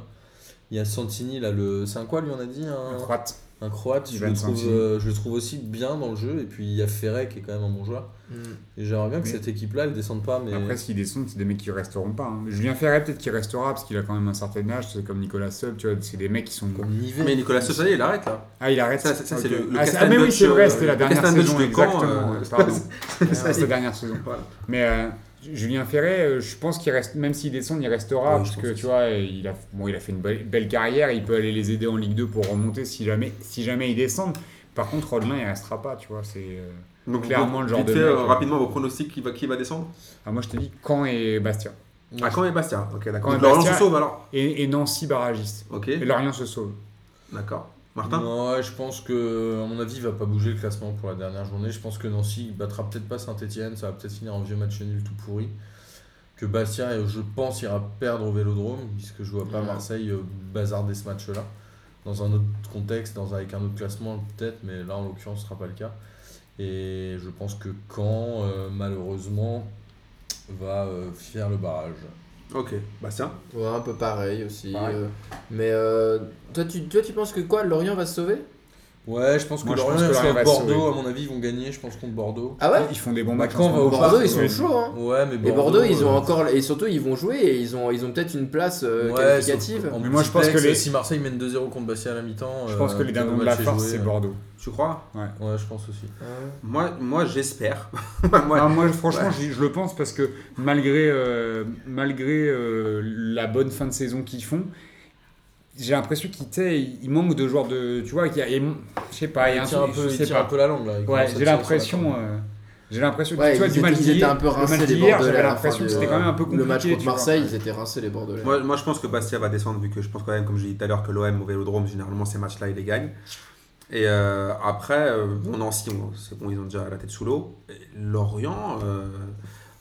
Il y a Santini là le c'est un quoi lui on a dit un, Croate. un croate, je Ivan le, trouve, Santini. euh, je le trouve aussi bien dans le jeu et puis il y a Ferret qui est quand même un bon joueur Hmm. et j'aimerais bien que Mais- cette équipe là elle descende pas mais Après, s'ils descendent, c'est des mecs qui resteront pas. hein. Julien Ferret, peut-être qu'il restera parce qu'il a quand même un certain âge, c'est comme Nicolas Seul, tu vois, c'est des mecs qui sont. comme Nivet. Mais Nicolas Sosa, il arrête là. Ah, il arrête Mm. Ça, ça, ça, c'est Ok. le- le Ah, c'est- ah, Castan mais oui, Dutch, c'est euh, vrai, c'était la le dernière Castan Dutch saison, de Caen, exactement. euh, pardon. ça, C'était la dernière saison. Voilà. Mais euh, Julien Ferret, euh, je pense qu'il reste, même s'il descend, il restera Ouais, je parce pense que aussi. tu vois, il a, bon, il a fait une belle, belle carrière, il peut aller les aider en Ligue 2 pour remonter si jamais, si jamais ils descendent. Par contre, Rodelin, il restera pas, tu vois. C'est. euh, Donc, Clairement, le genre vite de fait, mec, euh, ouais. rapidement, vos pronostics qui va, qui va descendre Ah, moi, je te dis Caen et Bastia Ah, Caen et Bastia. Ok, d'accord. Caen Donc, et Lorient se Bastia. sauve alors et, et Nancy barragiste. Ok, Et Lorient se sauve. d'accord. Martin Non, ouais, je pense que, à mon avis, il va pas bouger le classement pour la dernière journée. Je pense que Nancy battra peut-être pas Saint-Etienne, ça va peut-être finir en vieux match nul tout pourri. Que Bastia, euh, je pense, ira perdre au vélodrome, puisque je vois pas Ouais. Marseille euh, bazarder ce match-là. Dans un autre contexte, dans, un- avec un autre classement peut-être, mais là en l'occurrence, ce sera pas le cas. Et je pense que Caen, euh, malheureusement, va euh, faire le barrage. Ok, Bastia. Ouais, un peu pareil aussi. Pareil. euh, mais euh, toi, tu, toi, tu penses que quoi Lorient va se sauver Ouais, je pense que Moi, je Lorient pense que et Lorient va se Bordeaux, sauver. à mon avis, vont gagner. Je pense contre Bordeaux. Ah ouais Ils font des bons Bah, matchs. Caen en ce va au moment. Bordeaux, Bordeaux, ils sont Ouais. chauds. Hein. Ouais, mais Et Bordeaux, ils ont euh, encore. Et surtout, ils vont jouer et ils ont, ils ont peut-être une place euh, Ouais, qualificative. sauf qu'en Mais moi, je pense multiplex, que les- Si Marseille mène 2-0 contre Bastia à la mi-temps. Je pense euh, que les le dindons de la match est force, joué, c'est euh. Bordeaux. Tu crois Ouais, je pense aussi. Ah ouais. Moi, moi j'espère. Moi- Ah, moi, franchement, j'y- je le pense parce que malgré, euh, malgré euh, la bonne fin de saison qu'ils font, j'ai l'impression qu'il tu sais, il manque de joueurs de. Tu vois, qu'il y a. il- Je sais pas, Ah, il y a il tire un peu, je il sais tire pas. un peu la langue là. Il Ouais, commence à j'ai tirer sur l'impression. la langue. euh, j'ai l'impression que Ouais, tu vois, ils du étaient- match ils étaient d'hier- un peu le rincés, match les d'hier, Bordelais, à J'avais la fin l'impression que du- c'était quand même un peu compliqué. Le match tu contre vois. Marseille, ils étaient rincés les Bordelais. Moi, moi, je pense que Bastia va descendre, vu que je pense quand même, comme j'ai dit tout à l'heure, que l'OM au vélodrome, généralement, ces matchs-là, ils les gagnent. Et euh, après, euh, bon, Nancy, on- c'est bon, ils ont déjà la tête sous l'eau. Et Lorient, euh,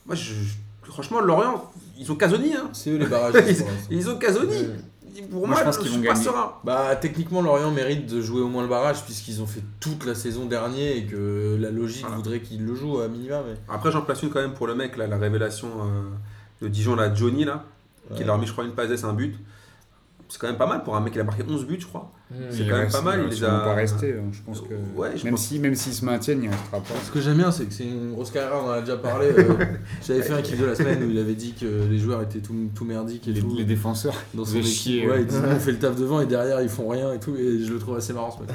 moi, je, je- franchement, Lorient, ils ont Casoni. Hein. C'est eux les barrages. Ils ont Casoni. Mm. Pour moi, Moi, je pense je qu'ils suis vont pas gagner. serein. Bah, techniquement, Lorient mérite de jouer au moins le barrage puisqu'ils ont fait toute la saison dernière et que la logique Voilà. voudrait qu'ils le jouent à minima. Mais... Après, j'en place une quand même pour le mec, là, la révélation euh, de Dijon, là, Johnny, là, qui Ouais. leur a mis, je crois, une passe d'ess, un but. c'est quand même pas mal pour un mec qui a marqué 11 buts, je crois. Mmh. C'est quand même pas mal, il les a- pas resté. hein, Je pense que Ouais, je même pense- si même s'ils se maintiennent, il restera pas. Ce que j'aime bien, c'est que c'est une grosse carrière, on en a déjà parlé. euh, J'avais fait un kiff de la semaine où il avait dit que les joueurs étaient tout, tout merdiques et Les, tout. les défenseurs. dans vous son avez équipe. chié, ouais, ouais. il dit, nous, on fait le taf devant et derrière ils font rien et tout. Et je le trouve assez marrant ce matin.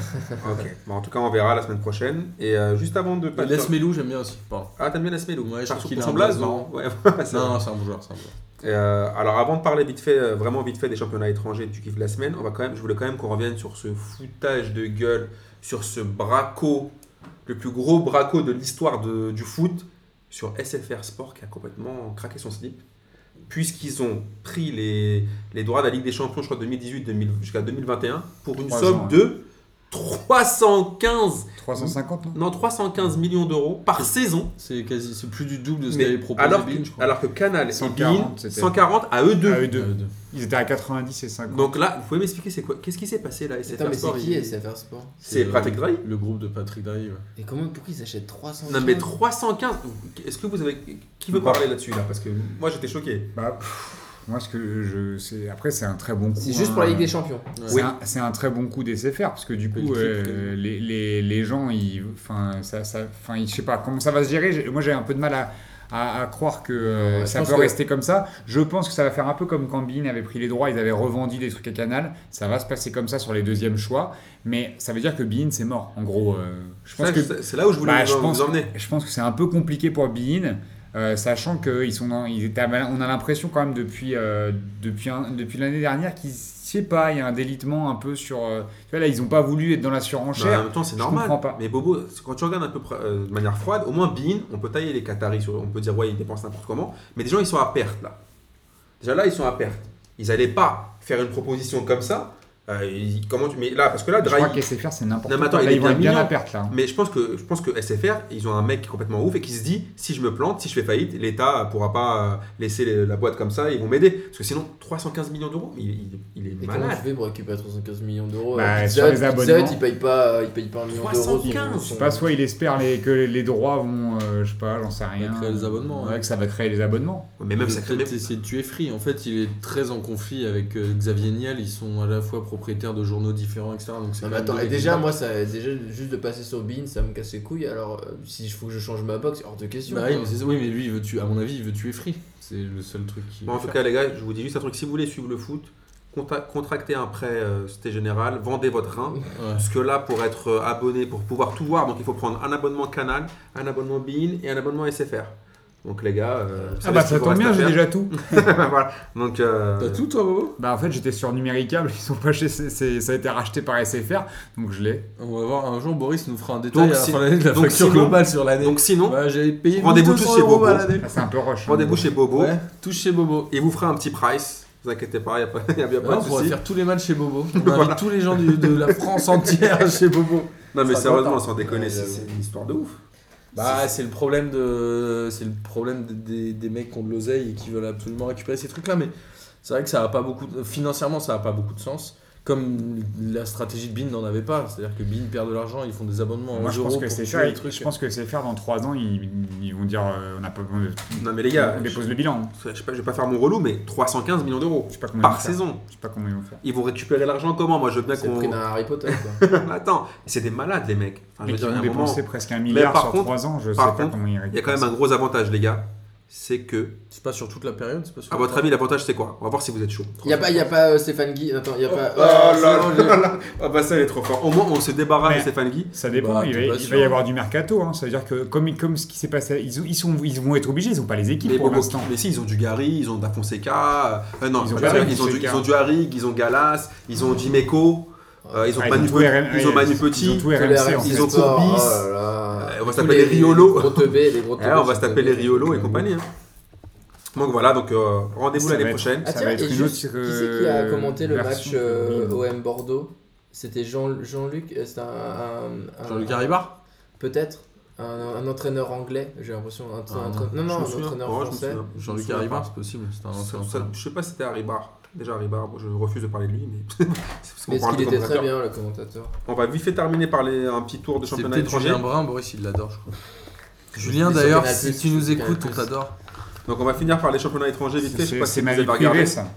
Ok. Bon, en tout cas, on verra la semaine prochaine. Et euh, juste avant de Et passer. Les Melou, j'aime bien aussi. Pardon. Ah, t'aimes bien Lasmelo Ouais, je Par- trouve pour qu'il a son un blaze, blaze non marrant. Ouais, c'est Non, vrai. non, c'est un bon joueur. c'est un bon joueur. Et, euh, alors, avant de parler vite fait, euh, vraiment vite fait des championnats étrangers du kiff de la semaine, on va quand même, je voulais quand même qu'on revienne sur ce foutage de gueule, sur ce braco, le plus gros braco de l'histoire de- du foot, sur SFR Sport qui a complètement craqué son slip, puisqu'ils ont pris les, les droits de la Ligue des Champions, je crois, 2018 2000 jusqu'à 2021, pour une Trois somme ans, de 315, 350 non non, 315 millions d'euros par saison. C'est quasi, c'est plus du double de ce Mais qu'avait proposé alors, Bean, que, je crois. alors que Canal et 140, Bein, c'était. 140 à eux deux. Ah, eux Euh, deux. deux. Ils étaient à 90 et 50. Donc là, vous pouvez m'expliquer c'est quoi Qu'est-ce qui s'est passé là SFR Attends, mais c'est Sport, qui il- SFR Sport C'est Patrick Drahi Le groupe de Patrick Drahi. ouais. Et comment, pourquoi ils achètent 300 Non mais 315. Est-ce que vous avez qui veut Bah. parler là-dessus là Parce que moi j'étais choqué. Bah, pff, moi ce que je c'est après c'est un très bon coup. C'est juste pour la hein. Ligue des Champions. Oui. C'est un- C'est un, très bon coup des SFR parce que du Il coup, clique, euh, les, les, les gens, ils, enfin, ça, ça, enfin, ils- je sais pas comment ça va se gérer. J'ai- Moi, j'ai un peu de mal à, à, à croire que euh, je ça pense peut que- rester comme ça. Je pense que ça va faire un peu comme quand Bein avait pris les droits, ils avaient revendu des trucs à Canal. Ça va se passer comme ça sur les deuxièmes choix, mais ça veut dire que Bean, c'est mort. En gros, euh, je pense Ça, que C'est c'est là où je voulais Bah, vous, je pense- vous emmener. je pense que c'est un peu compliqué pour Bein, euh, sachant qu'ils sont, dans- ils étaient, à- on a l'impression quand même depuis euh, depuis un- depuis l'année dernière qu'ils, je sais pas, il y a un délitement un peu sur, euh, tu vois là ils ont pas voulu être dans la Non, mais Bah, en surenchère. même temps, c'est je normal. comprends pas. Mais Bobo, c'est- quand tu regardes un peu pr- euh, de manière froide, au moins Bean, on peut tailler les Qataris, sur- on peut dire ouais, ils dépensent n'importe comment. Mais des gens, ils sont à perte là. Déjà là, ils sont à perte. Ils n'allaient pas faire une proposition comme ça. Euh, ils- comment tu... Mais là, parce que là, Je crois Drahi, qu'SFR c'est n'importe Bah, Non, mais attends, quoi. il là est ils vont bien être bien à mignon. perte là. Mais je pense que je pense que SFR, ils ont un mec qui est complètement ouf et qui se dit si je me plante, si je fais faillite, l'État pourra pas euh, laisser les- la boîte comme ça, ils vont m'aider. Parce que sinon, 315 millions d'euros, mais il, il- il est Et comment malade. tu fais pour récupérer 315 millions d'euros Bah, euh, sur les Pizza Hut- Pizza abonnements. Hut, ils payent pas, euh, ils payent pas un million d'euros. 315. Je sais pas, soit il espère les- que les droits vont, euh, je sais pas, j'en sais rien. créer les abonnements, hein. Ouais, ouais. que ça va créer les abonnements. Mais même Il ça a crée peut-être essayé de tuer Free. En fait, il est très en conflit avec euh, Xavier Niel. Ils sont à la fois propriétaires de journaux différents, etc. Donc Ah, c'est quand Non, mais même attends, deux et déjà, équipes. moi, ça, déjà, juste de passer sur Bean, ça me casse les couilles. Alors, euh, si je faut que je change ma box, hors de question. Bah oui, quoi. mais c'est ça. Oui, mais lui, il veut tuer. À mon avis, il veut tuer Free. C'est le seul truc qui. Bon, en tout cas, les gars, je vous dis juste un truc si vous voulez suivre le foot, conta- contractez un prêt euh, Société Générale, vendez votre rein. Ouais. Parce que là, pour être euh, abonné, pour pouvoir tout voir, donc il faut prendre un abonnement Canal, un abonnement Bean et un abonnement SFR. Donc les gars, euh, vous Ah savez bah ce qu'il ça vous tombe reste bien, à j'ai faire. déjà tout. voilà. Donc euh, T'as tout, toi, Bobo Bah en fait j'étais sur Numéricable, ils sont pas chez, c'est- c'est- ça a été racheté par SFR, donc je l'ai. On va voir un jour, Boris nous fera un détail Donc, à la si- fin de l'année de la donc, facture sinon- globale sur l'année. donc sinon, Bah, j'avais payé Rendez-vous 1200 tous chez euros Bobo. à l'année. Ah, c'est un peu rush. hein. rendez-vous chez Bobo. Ouais, touche chez Bobo. Il vous fera un petit price. Vous inquiétez pas, il n'y a pas, y a bien Ah, pas on de pourrait souci. faire tous les matchs chez Bobo. On invite Voilà. tous les gens du- de la France entière chez Bobo. Non, mais Ça sérieusement, compte, sans déconner, Ouais, c'est j'avoue. c'est une histoire de ouf. Bah, c'est le problème de, c'est le problème de- des, des mecs qui ont de l'oseille et qui veulent absolument récupérer ces trucs-là. Mais c'est vrai que ça a pas beaucoup, de- financièrement, ça a pas beaucoup de sens. Comme la stratégie de Bin n'en avait pas, c'est-à-dire que Bin perd de l'argent, ils font des abonnements. Moi, aux je euros pense que pour c'est tuer ça. les ils- trucs. Je pense que c'est faire dans 3 ans, ils, ils vont dire euh, on a pas besoin de. Non, mais les gars, on je dépose le bilan. hein. je sais pas- je vais pas faire mon relou, mais 315 millions d'euros Je sais pas combien ils vont par faire. saison. Je sais pas combien ils vont faire. Ils vont récupérer l'argent comment Moi, je veux bien C'est le prix d'un qu'on. Harry Potter. Quoi. Attends, c'est des malades, les mecs. Enfin, je Mais veux ils dire, à vont un moment, dépenser presque un milliard par sur contre- 3 ans, je sais par pas contre, comment ils il y a quand même récupèrent un gros avantage, les gars. C'est que, C'est pas sur toute la période, c'est pas sur. à votre avis, l'avantage, c'est quoi On va voir si vous êtes chaud. y a pas, y a pas euh, Stéphane Guy. Attends, y a pas. euh, Oh c'est là bon, là là. Ah bah ça, il est trop fort. Au moins, on se débarrasse Mais- de Stéphane Guy. ça. Ça dépend, Bah, il, va, t'es pas il sûr. va y avoir du mercato. Hein. Ça veut dire que, comme, comme ce qui s'est passé, ils, ils, sont, ils vont être obligés, ils n'ont pas les équipes Mais, pour Bobo- l'instant. mais si, ils ont du Gary, ils ont Da Fonseca. euh, euh, non, Ils ont pas pas du- ils, ont du, Fonseca. ils ont du Harig, ils ont Galas, ils ont Dimeco, euh, ils ont Ah, Manu tout Petit- RM ils ont Manu Ils ont Petit. tout j'ai- RMC en tous les fait. ils ont RMC Sport, Courbis. oh là là. Euh, on va Tous s'appeler les Riolo. Les gros teubés, les gros Eh, on va teubés, se taper les teubés. Riolo et compagnie. hein. Donc voilà, donc euh, rendez-vous Ça l'année va être- prochaine. Ah Ça tiens, va et être une juste, autre, qui c'est qui a euh, commenté le match version euh, de- OM Bordeaux C'était Jean, Jean-Luc, euh, c'est un, un- un- Jean-Luc Garibar Peut-être un, un entraîneur anglais, j'ai l'impression. Un, tra- Ah, un tra- non, Je non, me un souviens. entraîneur Ouais, je me français. souviens. Jean-Luc Je me souviens Garibar, pas. c'est possible. C'est Hein, un Ça- ancien. ça- Je sais pas si c'était Haribar. Déjà Haribar, bon, je refuse de parler de lui, mais c'est parce qu'on Mais est-ce parle qu'il de était très commentateur. bien, le commentateur On va vite fait terminer par les- un petit tour de C'est championnat peut-être étranger. Julien Brun, Boris il l'adore, je crois. Julien Mais sur d'ailleurs, Canal+, si tu nous sur Canal+. écoutes, on t'adore. Donc on va finir par les championnats étrangers vite fait. Je sais pas C'est si c'est vous ma avez vie regardé. privée, Je ça.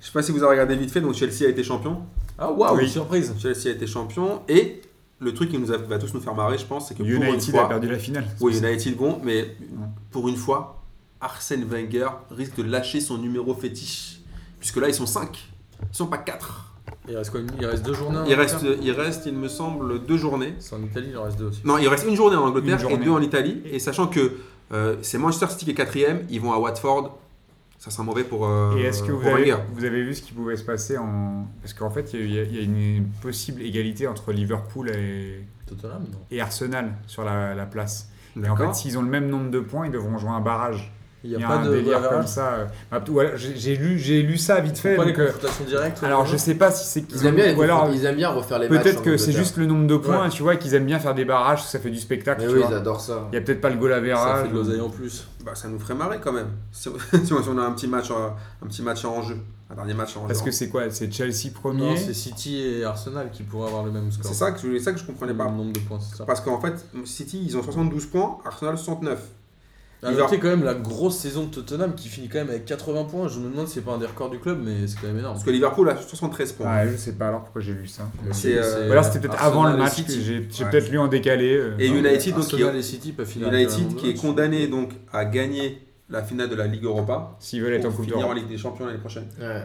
sais pas si vous avez regardé vite fait. Donc Chelsea a été champion. Ah waouh, Oui. surprise. Chelsea a été champion. Et le truc qui nous a- va tous nous faire marrer, je pense, c'est que pour une United a fois, perdu la finale. oui, United bon, mais pour une fois, Arsène Wenger risque de lâcher son numéro fétiche, puisque là ils sont 5 ils sont pas 4 Il reste quoi une- Il reste deux journées. en Ah, Il reste, Angleterre il reste, il me semble, deux journées. C'est en Italie, il en reste deux aussi. Non, il reste une journée en Angleterre Une journée. et deux en Italie. Et sachant que euh, c'est Manchester City qui est quatrième, ils vont à Watford. Ça sera mauvais pour. euh, Et est-ce que vous pour avez, Wenger. vous avez vu ce qui pouvait se passer en... Parce qu'en fait, il y, a- il y a une possible égalité entre Liverpool et, Tottenham, non. et Arsenal sur la, la place. Et en D'accord. fait, s'ils ont le même nombre de points, ils devront jouer un barrage. Il Il n'y y a, a, pas un de délire voilà, comme ça. euh. Ah, p- voilà, j'ai j'ai lu, j'ai lu ça vite fait. Pas les donc, euh, confrontations directes. alors, euh, je sais pas si c'est qu'ils Ils aiment, bien ont- les ou alors, confrontations- ils aiment bien refaire les matchs. peut-être en que c'est Angleterre. juste le nombre de points, Ouais. tu vois, qu'ils aiment bien faire des barrages, ça fait du spectacle. Mais tu oui, vois. ils adorent ça. Il y a peut-être pas le goal à ça fait verrage. de l'oseille en plus. Bah, ça nous ferait marrer quand même. Si si on a un petit match, en- un petit match en jeu, un dernier match en Parce que jeu. c'est quoi C'est Chelsea premier. Non, c'est City et Arsenal qui pourraient avoir le même score. C'est ça que je, ça que je comprenais Le pas. Mm. nombre de points, c'est ça. Parce qu'en fait, City, ils ont 72 points, Arsenal 69. À Bizarre. noter quand même la grosse saison de Tottenham qui finit quand même avec 80 points. Je me demande si c'est pas un des records du club, mais c'est quand même énorme. Parce que Liverpool a 73 points. Ouais, je sais pas alors pourquoi j'ai lu ça. Mais c'est, c'est- euh, c'est Ah, Ou alors c'était peut-être avant le Arsenal et match, que City. j'ai j'ai Ouais. peut-être lu en décalé. euh, Et non. United, donc, Arsenal qui- et City pas finir United qui est condamné donc à gagner la finale de la Ligue Europa S'ils veulent être en pour Coupe finir en d'Europe. Ligue des Champions l'année prochaine. Ouais.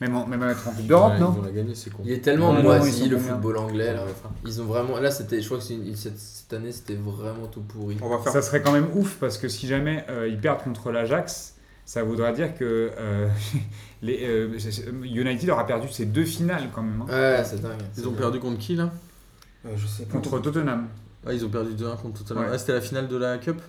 Même, en- même être en Coupe d'Europe, Ils non vont la gagner, c'est con. Il est tellement Non, non, ils moisi sont le combien football anglais là. Ouais, frère. Ils ont vraiment. Là, c'était. Je crois que c'est une- cette, cette année, c'était vraiment tout pourri. On va faire Ça serait quand même ouf parce que si jamais euh, ils perdent contre l'Ajax, ça voudra dire que euh, les, euh, United aura perdu ses deux finales quand même. hein. Ouais, c'est dingue. Ils ont perdu contre qui là Euh, je sais pas. Contre Tottenham. Ah, ils ont perdu 2-1 contre Tottenham. Ouais. Ah, c'était la finale de la Cup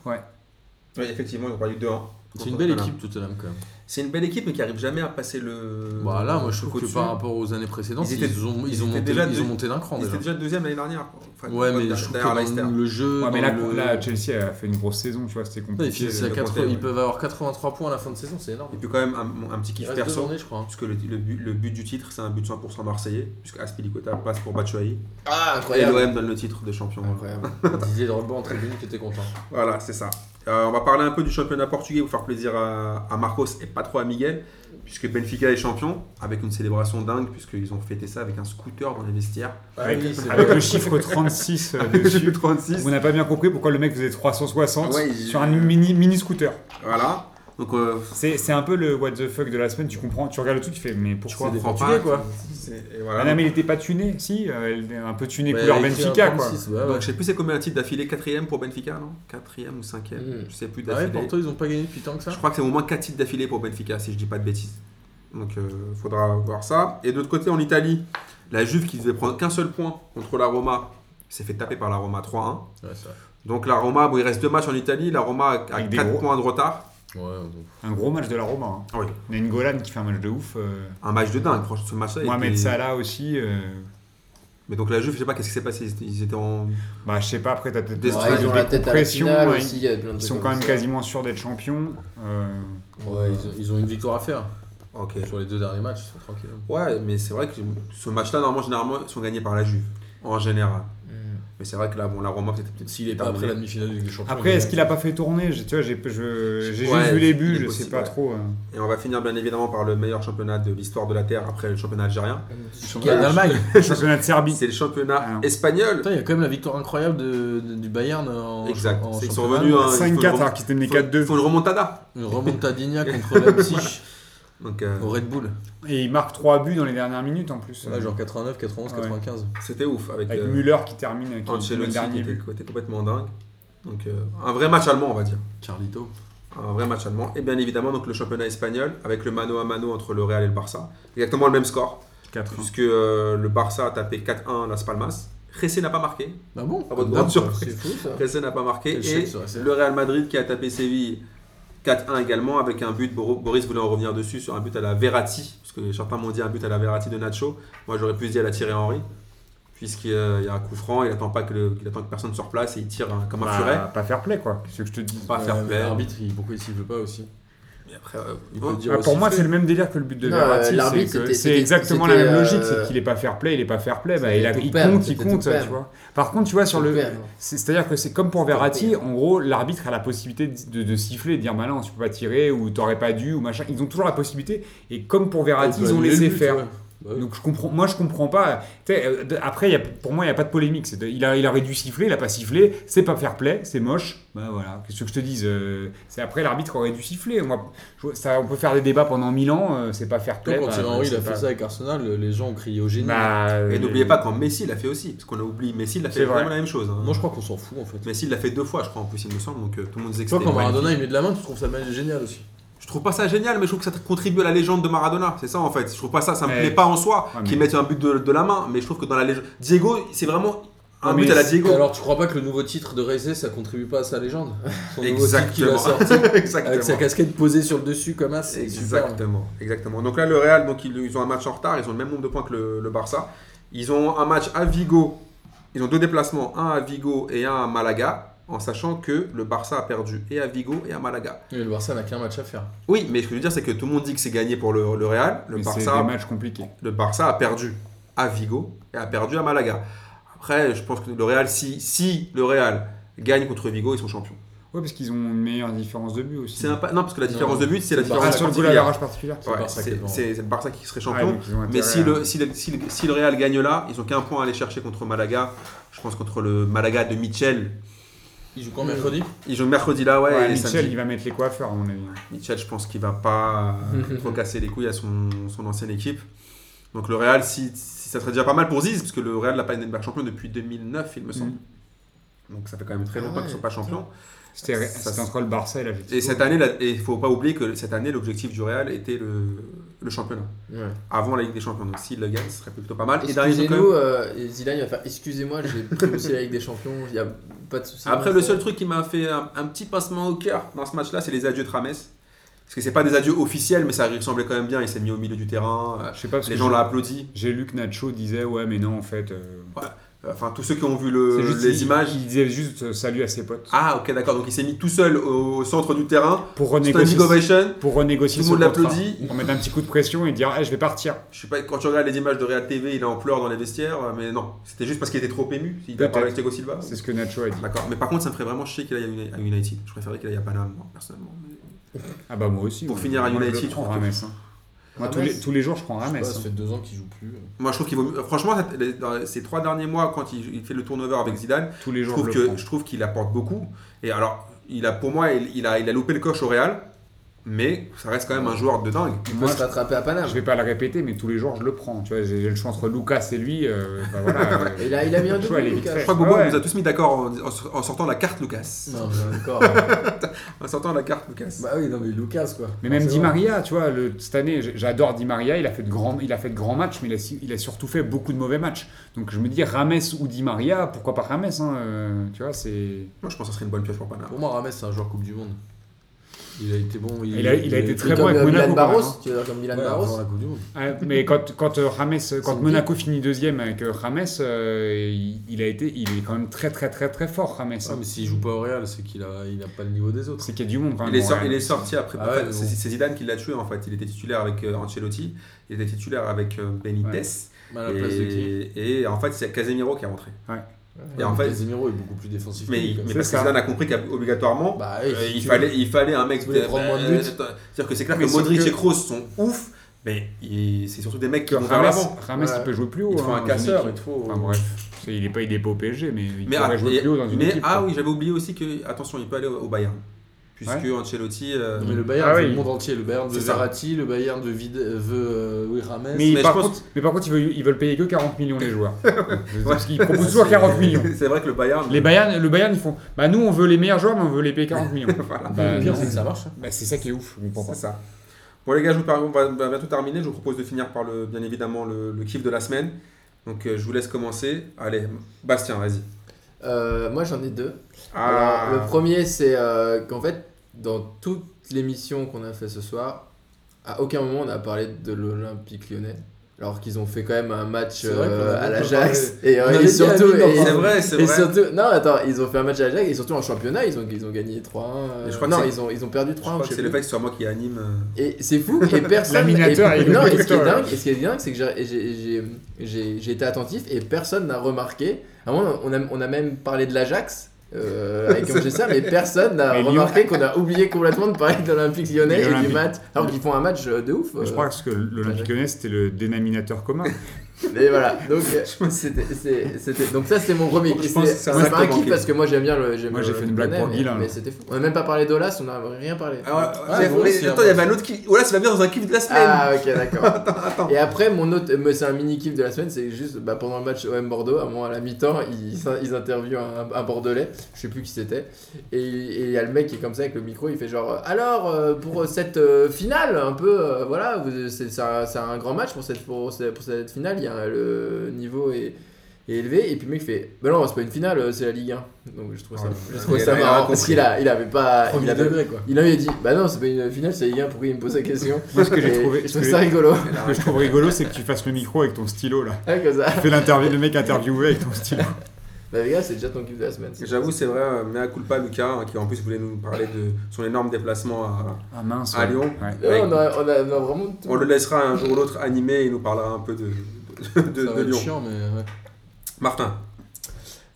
Oui, effectivement, ils ont perdu 2-1. C'est une belle Voilà. équipe Tottenham quand même. C'est une belle équipe, mais qui arrive jamais à passer le. Bah là, moi je trouve le coup que dessus. par rapport aux années précédentes, Ils ils, étaient- ont, ils ils, ont étaient monté, déjà ils deux- ont monté d'un cran Ils étaient déjà. déjà deuxième l'année dernière. quoi. Enfin, Ouais, mais derrière- je trouve derrière que Leicester. dans le jeu. Ouais, mais Euh, dans là, le- là, Chelsea a fait une grosse saison, tu vois, c'était Ouais, ils, compliqué. finissent à le 80 compter, ils ouais. peuvent avoir 83 points à la fin de saison, c'est énorme. Et puis quand même un, un petit Il kiff reste deux perso. journées, je crois. hein. Puisque le, le but, le but du titre, c'est un but 100% marseillais, puisque Aspilicueta passe pour Batshuayi. Ah, Et incroyable. l'OM donne le titre de champion. Incroyable. Didier Drogba en tribune qui était content. Voilà, c'est ça. Euh, on va parler un peu du championnat portugais pour faire plaisir à, à Marcos et pas trop à Miguel, puisque Benfica est champion, avec une célébration dingue, puisqu'ils ont fêté ça avec un scooter dans les vestiaires. Avec, Ah oui, c'est avec vrai. le chiffre 36 euh, Avec le dessus. chiffre 36. On n'a pas bien compris pourquoi le mec faisait 360 Ouais, il- sur un mini, mini scooter. Voilà. Donc, euh, C'est c'est un peu le what the fuck de la semaine, tu comprends, tu regardes le truc, tu fais mais je pourquoi comprends Portugais, pas. quoi. C'est- et Ah voilà. non mais il était pas tuné, si, euh, il était un peu tuné Ouais, couleur il a écrit un Benfica quoi. 36, ouais, ouais. Euh, Donc, je sais plus c'est combien un titre d'affilée, quatrième pour Benfica, non Quatrième ou cinquième, Mm. je sais plus Bah Ah ouais, d'affilée. Porto, ils ont pas gagné depuis tant que ça je crois que c'est au moins 4 titres d'affilée pour Benfica, si je dis pas de bêtises. Donc euh, faudra voir ça. Et de l'autre côté, en Italie, la Juve qui devait prendre qu'un seul point contre la Roma s'est fait taper par la Roma 3-1. Ouais, c'est vrai. Donc la Roma, bon, il reste deux matchs en Italie, la Roma a- a Avec des 4 gros. points de retard. Ouais, bon. Un gros match de la Roma. hein. Ah oui, On a une Golan qui fait un match de ouf. euh, un match de dingue, franchement, ce match-là. Mohamed était- Salah aussi. euh, Mais donc la Juve, je sais pas qu'est-ce qui s'est passé, ils étaient- ils étaient en. Bah je sais pas, après t'as peut-être Des des strikes Ouais, trucs ils ont de la tête à la pression. finale ouais, aussi. il y a plein de Ils trucs sont comme quand même ça. quasiment sûrs d'être champions. euh, Ouais, ils, ont, ils ont une victoire à faire Ok. sur les deux derniers matchs, ils sont tranquilles. Ouais, mais c'est vrai que ce match-là, normalement, généralement, ils sont gagnés par la Juve, en général. Mm. Mais c'est vrai que là, bon, la Roma, peut-être. peut-être S'il est pas terminé. après la demi-finale du Champion. Après est-ce qu'il a pas fait tourner J'ai- Tu vois, j'ai je- j'ai Ouais, juste vu les buts, il est je possible, sais pas ouais. trop. euh. Et on va finir bien évidemment par le meilleur championnat de l'histoire de la Terre après le championnat algérien. y a d'Allemagne Le championnat de Serbie. C'est le championnat Ah. espagnol. Putain, il y a quand même la victoire incroyable de, de- du Bayern en Exact. en C'est qu'ils sont championnat. revenus hein. à 5-4 alors qu'ils étaient menés Ils font 4-2. une remontada. Une remontadinha contre Leipzig Donc euh, au Red Bull. Et il marque 3 buts dans les dernières minutes en plus. Ouais, genre 89, Ah 91, Ouais. 95. c'était ouf avec, Avec euh, Müller qui termine qui met le Ancelotti qui dernier était, but. qui était complètement dingue. Donc euh, un vrai match allemand on va dire. Charlito. Un vrai match allemand. Et bien évidemment donc le championnat espagnol avec le mano à mano entre le Real et le Barça. Exactement le même score 4 puisque euh, le Barça a tapé 4-1 Las Palmas. Ressé n'a pas marqué. Bah bon À votre Dame, grande Ah, surprise. C'est fou ça. Ressé n'a pas marqué. Quel chef, Et ce Ressé. le Real Madrid qui a tapé Séville 4-1 également avec un but. Bor- Boris voulait en revenir dessus sur un but à la Verratti, parce que certains m'ont dit un but à la Verratti de Nacho. Moi j'aurais plus dit à la Thierry Henry, puisqu'il y a un coup franc, il attend pas que, le- il attend que personne sur Bah, Bah, place et il tire hein, comme un furet. Pas fair play quoi, c'est ce que je te dis. Pas Ouais, fair mais play. L'arbitre, il- pourquoi il siffle pas aussi Mais après, euh, il Ah, peut dire Ah, pour aussi moi, fait. c'est le même délire que le but de Non, euh, Verratti. l'arbitre, c'est que c'était- C'est c'était- exactement la même c'était, logique. euh, C'est qu'il est pas fair play, il est pas fair play. Bah, c'était il, a- tout il perdre, compte, il c'était compte, tout perdre. tu vois. Par contre, tu vois, sur Tout le, perdre. c'est- C'est-à-dire que c'est comme pour Verratti, en gros, l'arbitre a la possibilité de, de- de siffler, de dire bah non, tu peux pas tirer, ou t'aurais pas dû, ou machin. Ils ont toujours la possibilité, et comme pour Ah, il Verratti, peut ils ont annuler laissé le but, faire. ouais. Bah oui. Donc je comprends, moi je comprends pas. Tu sais, euh, de- Après, il y a- pour moi, il n'y a pas de polémique. C'est de- il, a, il aurait dû siffler, il a pas sifflé, c'est pas fair play, c'est moche. Bah voilà, qu'est-ce que je te dise euh, C'est après l'arbitre aurait dû siffler. Moi, je- ça, on peut faire des débats pendant mille ans, euh, c'est pas fair Quand play. bah, Thierry Henry il c'est a fait pas- ça avec Arsenal, les gens ont crié au génie. Bah, Et euh, n'oubliez pas quand Messi l'a fait aussi, parce qu'on a oublié Messi l'a C'est fait vrai. vraiment la même chose. hein. Moi, je crois qu'on s'en fout en fait. Messi l'a fait deux fois, je crois en plus, il me semble, donc euh, tout le monde disait que Toi, c'était quand magnifique. Maradona il met de la main, tu trouves ça mal- génial aussi. Je trouve pas ça génial, mais je trouve que ça contribue à la légende de Maradona. C'est ça en fait. Je trouve pas ça, ça me Ouais. plaît pas en soi Ouais, qu'il mais- mette un but de, de la main, mais je trouve que dans la légende. Diego, c'est vraiment un Ouais, but mais à la Diego. Alors, tu crois pas que le nouveau titre de Reisé ça contribue pas à sa légende Son nouveau titre qu'il a Exactement. sorti avec sa Exactement. casquette posée sur le dessus comme ça, c'est super. Exactement. Exactement. Donc là, le Real, donc ils, ils ont un match en retard, ils ont le même nombre de points que le, le Barça. Ils ont un match à Vigo. Ils ont deux déplacements, un à Vigo et un à Malaga, en sachant que le Barça a perdu et à Vigo et à Malaga. Mais le Barça n'a qu'un match à faire. Oui, mais ce que je veux dire, c'est que tout le monde dit que c'est gagné pour le, le Real. Le mais c'est Barça des matchs compliqués. le Barça a perdu à Vigo et a perdu à Malaga. Après, je pense que le Real, si, si le Real gagne contre Vigo, ils sont champions. Ouais, parce qu'ils ont une meilleure différence de but aussi. C'est un pas- Non, parce que la Non, différence de but, c'est la c'est différence Ah, Barça sur le goal à particulière. l'arrache particulière. c'est le Ouais, Barça qui est C'est devant. c'est- c'est le Barça qui serait Ah, champion. donc ils ont Mais intérêt si à- le, si, le, si le- si le Real gagne là, ils ont qu'un point à aller chercher contre Malaga. Je pense contre le Malaga de Michel. Il joue quand mercredi Ils jouent mercredi là, ouais. Ouais, et Mitchell, samedi. il va mettre les coiffeurs, à mon avis. hein. Mitchell, je pense qu'il va pas euh, trop casser les couilles à son, son ancienne équipe. Donc le Real, si, si ça serait déjà pas mal pour Ziz, parce que le Real n'a pas été champion champion depuis 2009, il me semble. Donc ça fait quand même très Ah longtemps qu'ils ouais, sont pas champions. C'était Ça- c'était entre le Barça et la Juventus. Et cette année, là, il faut pas oublier que cette année, l'objectif du Real était le, le championnat. Ouais. Avant la Ligue des Champions. Donc s'il le gagne, ce serait plutôt pas mal. Et derrière, ils ont quand Excusez-nous, euh, et Zidane il va faire excusez-moi, j'ai prononcé la Ligue des Champions, il n'y a pas de souci. Après, le seul truc qui m'a fait un, un petit pincement au cœur dans ce match-là, c'est les adieux de Rames. Parce que c'est pas des adieux officiels, mais ça lui ressemblait quand même bien. Il s'est mis au milieu du terrain. euh, Je sais pas, parce Les que gens j'ai- l'ont applaudi. J'ai lu que Nacho disait ouais mais non en fait. euh, Enfin, tous ceux qui ont vu le- c'est juste- les il- images. Il disait juste euh, salut à ses potes. Ah, ok, d'accord. Donc il s'est mis tout seul au, au centre du terrain. Pour Standing renégocier. ovation. Pour renégocier Tout le ce monde contrat. l'applaudit. Pour mettre un petit coup de pression et dire Eh, je vais partir. Je sais pas, quand tu regardes les images de Real TV, il est en pleurs dans les vestiaires, mais non, c'était juste parce qu'il était trop ému. Il a Peut-être. parlé avec Thiago Silva. C'est ce que Nacho a dit. D'accord, mais par contre, ça me ferait vraiment chier qu'il aille à Uni- à United. Je préférais qu'il aille à Paname, moi, personnellement. Ah bah moi aussi. Pour moi. finir à Moi, je United, le prends je trouve Rames. hein. Moi tous Ah, Rames les, tous les jours je prends Je sais Rames. pas, Ça hein. fait deux ans qu'il joue plus. Moi, je trouve qu'il vaut mieux. Franchement, cette- les- dans ces trois derniers mois, quand il, il fait le turnover avec Zidane, Tous les je jours trouve, je le que, je trouve qu'il apporte beaucoup. Et alors, il a, pour moi, il, il a, il a loupé le coche au Real, mais ça reste quand même un joueur de dingue. il prends. peut Moi, se rattraper à je- Paname. je vais pas le répéter mais tous les jours je le prends. Tu vois j'ai j'ai le choix entre Lucas et lui. euh, bah voilà. euh, Et là, il a mis un le choix, double, il est vite Lucas. fait. Ah Je crois que Ah Bobo Ouais. nous a tous mis d'accord en, en- en sortant la carte Lucas. Non, encore. En sortant la carte Lucas. bah oui, non, mais Lucas quoi. Mais Ah, même c'est Di vrai. Maria, tu vois, le- cette année, j- j'adore Di Maria, il a fait de grands, il a fait de grands matchs, mais il a, si- il a surtout fait beaucoup de mauvais matchs. Donc je me dis, Rames ou Di Maria, pourquoi pas Rames hein, euh, Tu vois, c'est. Moi, je pense que ça serait une bonne pioche pour Paname. Pour moi, Rames, c'est un joueur Coupe du Monde. Il a été bon. Il a- il a été Et très comme, bon avec euh, Milan Monaco, quand Barros, même, hein. tu veux dire comme Milan Ouais, avant Barros la Coupe du Monde. Ah, mais quand, quand euh, Rames, quand me Monaco finit deuxième avec euh, Rames, euh, il, il a été, il est quand même très très très très fort Rames. hein. Ah, mais s'il joue pas au Real, c'est qu'il a, il a pas le niveau des autres. C'est qu'il y a du monde quand même. Il est, au sor- Real. il est sorti après. Ah ouais, après, mais c'est bon. c'est Zidane qui l'a tué en fait. Il était titulaire avec euh, Ancelotti, il était titulaire avec euh, Benitez. Mal à la place de qui Et, et en fait, c'est Casemiro qui est rentré. Et en en fait- fait, Casemiro est beaucoup plus défensif. que Mais, lui, quand mais même. parce ça. que Zidane a compris qu'obligatoirement, Bah, hey, euh, si il, tu fallait, il fallait un mec. tu voulais prendre moins de buts. euh, C'est-à-dire que c'est clair Mais que sauf Modric que- et Kroos sont ouf, mais il- c'est surtout des mecs qui Que vont vers Rames, l'avant. Rames, Ouais. il peut jouer plus haut. Il faut hein, un dans une casseur, équipe. il faut. Enfin bref, C'est- il est pas, il est pas au PSG, mais il Mais, ah, pourrait jouer et- plus haut dans une mais, équipe. ah quoi. oui, j'avais oublié aussi que, attention, il peut aller au, au Bayern. Puisque Ancelotti. euh, Non, mais le Bayern Ah veut oui. le monde entier. Le Bayern veut C'est ça. Verratti, le Bayern veut, Vid- euh, veut euh, oui, Rames. Mais, Mais par je pense- contre, mais par contre, ils veulent, ils veulent payer que 40 millions les joueurs. Parce qu'ils proposent c'est- Ah, toujours 40 millions. C'est vrai que le Bayern. Les Bayern, le Bayern, ils font Bah, nous, on veut les meilleurs joueurs, mais on veut les payer 40 millions. Bah, le pire, non. c'est que ça marche. hein. Bah, c'est ça qui est ouf. je comprends pas. C'est ça. Bon les gars, je vous par- on va, on va bientôt terminer. Je vous propose de finir par le, bien évidemment le, le kiff de la semaine. Donc euh, je vous laisse commencer. Allez, Bastien, vas-y. Euh, Moi, j'en ai deux. Ah. Alors, le premier, c'est euh, qu'en fait, dans toute l'émission qu'on a fait ce soir, à aucun moment on a parlé de l'Olympique lyonnais. alors qu'ils ont fait quand même un match C'est vrai qu'on a euh, à beaucoup l'Ajax et, euh, On et avait dit à surtout Lille d'en et- parler. C'est vrai, c'est et vrai. surtout non attends ils ont fait un match à l'Ajax et surtout en championnat ils ont ils ont gagné 3-1 Et euh, je crois que non c'est- ils ont ils ont perdu Je crois 3-1 que je sais c'est le plus. fait que ce soit moi qui anime. euh, et c'est fou et personne et, L'aminateur, il est non et ce qui est conducteur. dingue et ce qui est dingue c'est que j'ai- j'ai- j'ai- j'ai j'ai été attentif et personne n'a remarqué à un moment on a on a même parlé de l'Ajax euh, avec comme j'ai ça mais personne n'a Mais Lyon- remarqué qu'on a oublié complètement de parler de l'Olympique Lyonnais De et du l'Olympique. match alors qu'ils font un match euh, de ouf Je euh. crois que l'Olympique Lyonnais, c'était le dénominateur commun. Mais voilà, donc euh, c'était- c'est- c'était donc ça c'était mon premier Je kiff. pense C'est- que c'est Ça un m'a acte un kiff manqué. parce que moi j'aime bien le j'aime Moi, le- j'ai fait une le blague pour Lyonnais, Guy, là. Mais, mais c'était fou. On n'a même pas parlé d'Olas, on n'a rien parlé. Ah, ouais, ouais, bon, mais c'est un attends, il y avait un autre qui. Oula, ça va venir dans un kiff de la semaine. Ah ok d'accord. Et après mon autre mais c'est un mini kiff de la semaine, c'est juste bah, pendant le match OM Bordeaux, à un moment à la mi-temps, ils, ils interviewent un, un bordelais, je sais plus qui c'était, et et il y a le mec qui est comme ça avec le micro, il fait genre alors euh, pour cette euh, finale un peu euh, voilà, vous- c'est c'est un, c'est un grand match pour cette pour, cette- pour cette finale, il y a le niveau est est élevé et puis le mec fait bah non c'est pas une finale c'est la Ligue 1 donc je trouve ça, Ah, je trouve il ça a- il a marrant rien parce compris. qu'il a il avait pas il Premier avait- degré, quoi. il avait dit bah non c'est pas une finale c'est la Ligue 1 pourquoi il me pose la question Moi, ce que j'ai Et trouvé- je ce trouve que ça j'ai- rigolo Ah Ce que je trouve rigolo, c'est que tu fasses le micro avec ton stylo là. Ouais, comme ça. Tu fais l'interview, le mec interviewé avec ton stylo. Bah les gars, c'est déjà ton kiff de la semaine. J'avoue, c'est vrai, euh, mea culpa Lucas, hein, qui en plus voulait nous parler de son énorme déplacement à, Ah mince. à Lyon. Ouais. Ouais, on, a, on, a, on a vraiment tout. On Oh. le laissera un jour ou l'autre animer et il nous parlera un peu de, de, de- de ça va être Lyon. chiant, mais ouais. Martin,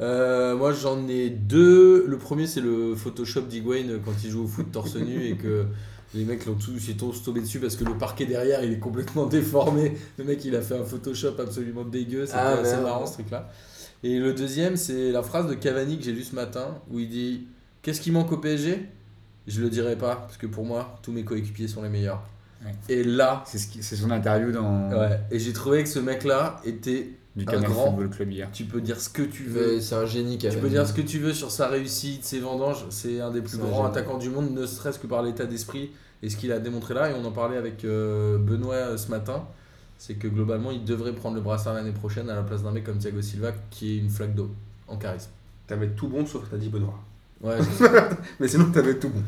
Euh, moi j'en ai deux. Le premier c'est le Photoshop d'Higuain euh, quand il joue au foot torse nu et que les mecs l'ont tous, ils sont tous tombés dessus parce que le parquet derrière il est complètement déformé. Le mec il a fait un Photoshop absolument dégueu, c'était Ah, assez merde. marrant ce truc là. Et le deuxième c'est la phrase de Cavani que j'ai lue ce matin où il dit Qu'est-ce qui manque au PSG Je le dirai pas parce que pour moi tous mes coéquipiers sont les meilleurs. Ouais. Et là, C'est ce qui- c'est son interview dans ouais, et j'ai trouvé que ce mec là était, du Un Canal grand. Football Club hier. tu peux dire ce que tu veux. Mais Euh, C'est un génie qui Tu peux dire ce que tu veux sur sa réussite, ses vendanges. C'est un des plus C'est grands génial. attaquants du monde, ne serait-ce que par l'état d'esprit et ce qu'il a démontré là. Et on en parlait avec euh, Benoît euh, ce matin. C'est que globalement, il devrait prendre le brassard l'année prochaine à la place d'un mec comme Thiago Silva qui est une flaque d'eau en charisme. t'avais tout bon sauf que t'as dit Benoît. Ouais, je sais. Mais sinon, t'avais tout bon.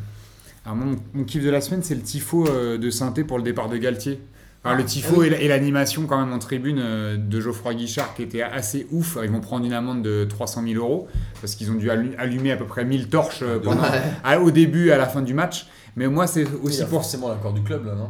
Alors mon, mon kiff de la semaine, c'est le tifo euh, de synthé pour le départ de Galtier. Enfin, le tifo et la- et l'animation quand même en tribune euh, de Geoffroy Guichard qui était assez ouf. Ils vont prendre une amende de 300 000 euros parce qu'ils ont dû allu- allumer à peu près 1000 torches euh, pendant- à- au début et à la fin du match. Mais moi, c'est Il y aussi a pour forcément l'accord du club là, non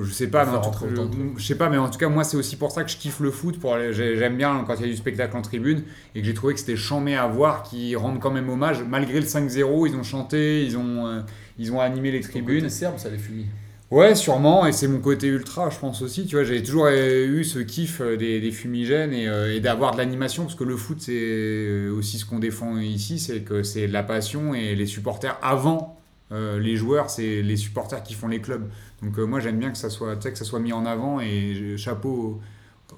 je sais pas, Faut mais en faire tout- rentrer autant de trucs. je sais pas, mais en tout cas, moi, c'est aussi pour ça que je kiffe le foot. Pour aller- j'ai- j'aime bien quand il y a du spectacle en tribune et que j'ai trouvé que c'était chambé à voir, qui rendent quand même hommage. Malgré le 5-0, ils ont chanté, ils ont, euh, ils ont animé les tribunes. Les Serbes, ça les fumille. Ouais, sûrement, et c'est mon côté ultra, je pense aussi. Tu vois, j'ai toujours euh, eu ce kiff euh, des, des fumigènes et, euh, et d'avoir de l'animation, parce que le foot, c'est euh, aussi ce qu'on défend ici, c'est que c'est de la passion et les supporters avant euh, les joueurs, c'est les supporters qui font les clubs. Donc euh, moi, j'aime bien que ça soit, tu sais, que ça soit mis en avant et je- chapeau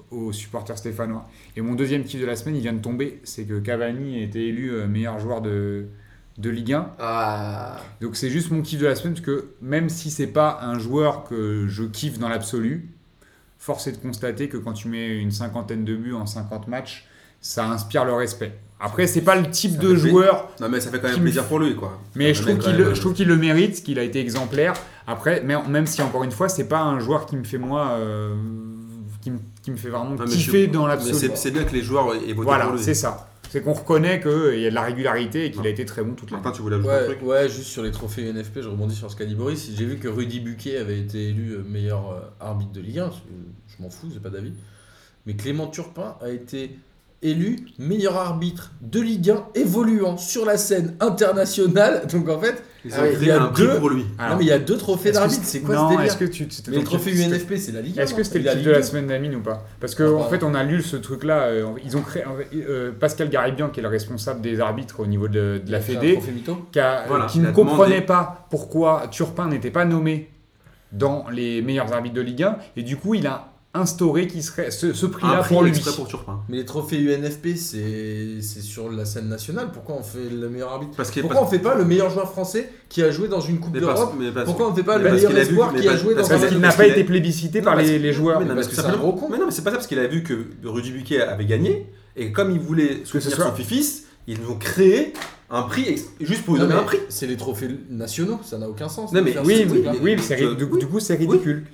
aux, aux supporters stéphanois. Et mon deuxième kiff de la semaine, il vient de tomber, c'est que Cavani a été élu euh, meilleur joueur de, de Ligue 1. Ah, Donc c'est juste mon kiff de la semaine parce que même si c'est pas un joueur que je kiffe dans l'absolu, force est de constater que quand tu mets une cinquantaine de buts en 50 matchs, ça inspire le respect. Après c'est pas le type Ça de fait plaisir. joueur, Non, mais ça fait quand même Qui me- plaisir pour lui, quoi. mais je Ça trouve fait qu'il quand même- le- je trouve qu'il le mérite, qu'il a été exemplaire. Après mais- même si encore une fois c'est pas un joueur qui me fait moi euh, qui, me, qui me fait vraiment Ah, mais kiffer je- dans Mais l'absolu. c'est- c'est bien que les joueurs aient voté Voilà pour lui. c'est ça. C'est qu'on reconnaît qu'il y a de la régularité et qu'il a été très bon toute l'année. Martin, tu voulais ajouter un Ouais, truc ouais, juste sur les trophées UNFP, je rebondis sur Scaliboris. J'ai vu que Rudy Buquet avait été élu euh, meilleur euh, arbitre de Ligue 1. Je je m'en fous, c'est pas d'avis. Mais Clément Turpin a été élu meilleur arbitre de Ligue 1 évoluant sur la scène internationale. Donc en fait, Ils Ah oui, ont il y créé a un prix deux- pour lui. Alors, non, mais il y a deux trophées est-ce que d'arbitre. c'est- C'est quoi non, ce délire est-ce que tu c'était Mais ton le trophée kiff, c'était- UNFP, c'est la Ligue 1. Est-ce que non c'était La le kiff Ligue de la 2. semaine d'Amine ou pas Parce Je Ah, que crois en pas. fait, on a lu ce truc-là. euh, ils ont créé euh, Pascal Garibian, qui est le responsable des arbitres au niveau de, de la C'est un Fédé, trophée mytho qui, a- Voilà, qui il ne a comprenait demandé. pas pourquoi Turpin n'était pas nommé dans les meilleurs arbitres de Ligue 1, et du coup, il a instauré qui serait ce, ce prix-là Un prix pour lui. exprès pour Turpin. Mais les trophées UNFP, c'est c'est sur la scène nationale. Pourquoi on fait le meilleur arbitre Parce qu'il Pourquoi on fait pas le meilleur joueur français qui a joué dans une Coupe mais d'Europe parce- mais parce- Pourquoi on ne fait pas Mais le parce meilleur qu'il a vu- espoir mais qui a pas- joué dans parce un Parce qu'il qu'il a- n'a parce pas qu'il a- été plébiscité Non, par parce les, que- les joueurs. Mais non, parce mais que tout c'est un simplement- gros con. Mais non, mais c'est pas ça parce qu'il a vu que Rudy Buquet avait gagné et comme il voulait soutenir soit- son fils, ils nous ont créé Un prix ex- juste pour Non, donner mais un prix. C'est les trophées nationaux, ça n'a aucun sens. Non, de mais faire oui, Oui, ce mais- truc-là. oui, mais, oui, mais c'est ri- oui. du, du coup, c'est ridicule.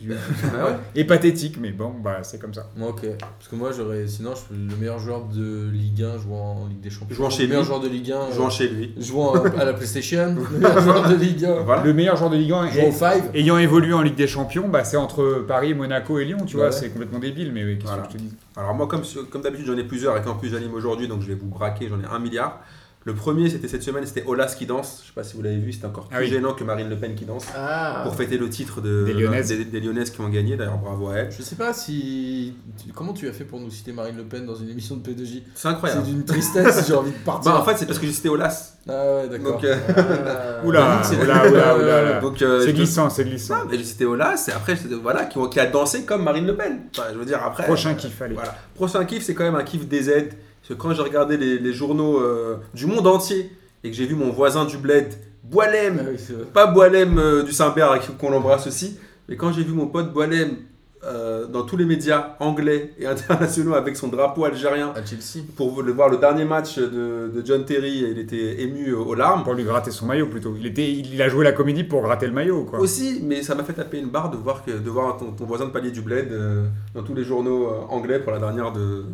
Ah ouais. Et pathétique, mais bon, bah, c'est comme ça. Ok, parce que moi j'aurais. Sinon, je- le meilleur joueur de Ligue 1 jouant en Ligue des Champions. Jouant chez Le meilleur lui. joueur de Ligue 1 Jouant chez lui. jouant euh, à la PlayStation. le meilleur joueur de Ligue 1 Voilà. Le meilleur joueur de Ligue 1 jouant au 5. ayant évolué en Ligue des Champions, bah, c'est entre Paris, Monaco et Lyon, tu Ouais, vois, ouais. c'est complètement débile, mais oui, qu'est-ce Bah Voilà. que je te dis Alors moi, comme, comme d'habitude, j'en ai plusieurs et qu'en plus j'anime aujourd'hui, donc je vais vous braquer, j'en ai un milliard. Le premier, c'était cette semaine, c'était Olas qui danse. Je sais pas si vous l'avez vu, c'était encore plus Ah oui. gênant que Marine Le Pen qui danse. Ah. Pour fêter le titre de, Des Lyonnaises. des- des Lyonnaises qui ont gagné, d'ailleurs bravo à elle. Je sais pas si. tu- Comment tu as fait pour nous citer Marine Le Pen dans une émission de P2J C'est C'est incroyable. d'une tristesse, j'ai envie de partir. Bah en fait, c'est parce que j'étais Olas. Ah ouais, d'accord. Donc, euh, Ah. Oula, c'est- oula, oula, oula, oula. donc euh, C'est je- glissant, c'est glissant. Et c'était Olas et après c'était- voilà qui, ont- qui a dansé comme Marine Le Pen. Enfin, je veux dire après. Prochain qu'il fallait. Voilà. Prochain kiff, c'est quand même un kiff des aides. Parce que quand j'ai regardé les, les journaux euh, du monde entier et que j'ai vu mon voisin du bled, Ah Boilem, oui, c'est vrai. pas Boilem euh, du Saint-Père à qui- qu'on l'embrasse aussi, mais quand j'ai vu mon pote Boilem euh, dans tous les médias anglais et internationaux avec son drapeau algérien À Chelsea. pour le voir le dernier match de, de John Terry, il était ému euh, aux larmes. Pour lui gratter son maillot plutôt. Il, était, il a joué la comédie pour gratter le maillot, quoi. Aussi, mais ça m'a fait taper une barre de voir, que, de voir ton, ton voisin de palier du bled euh, dans tous les journaux euh, anglais pour la dernière de.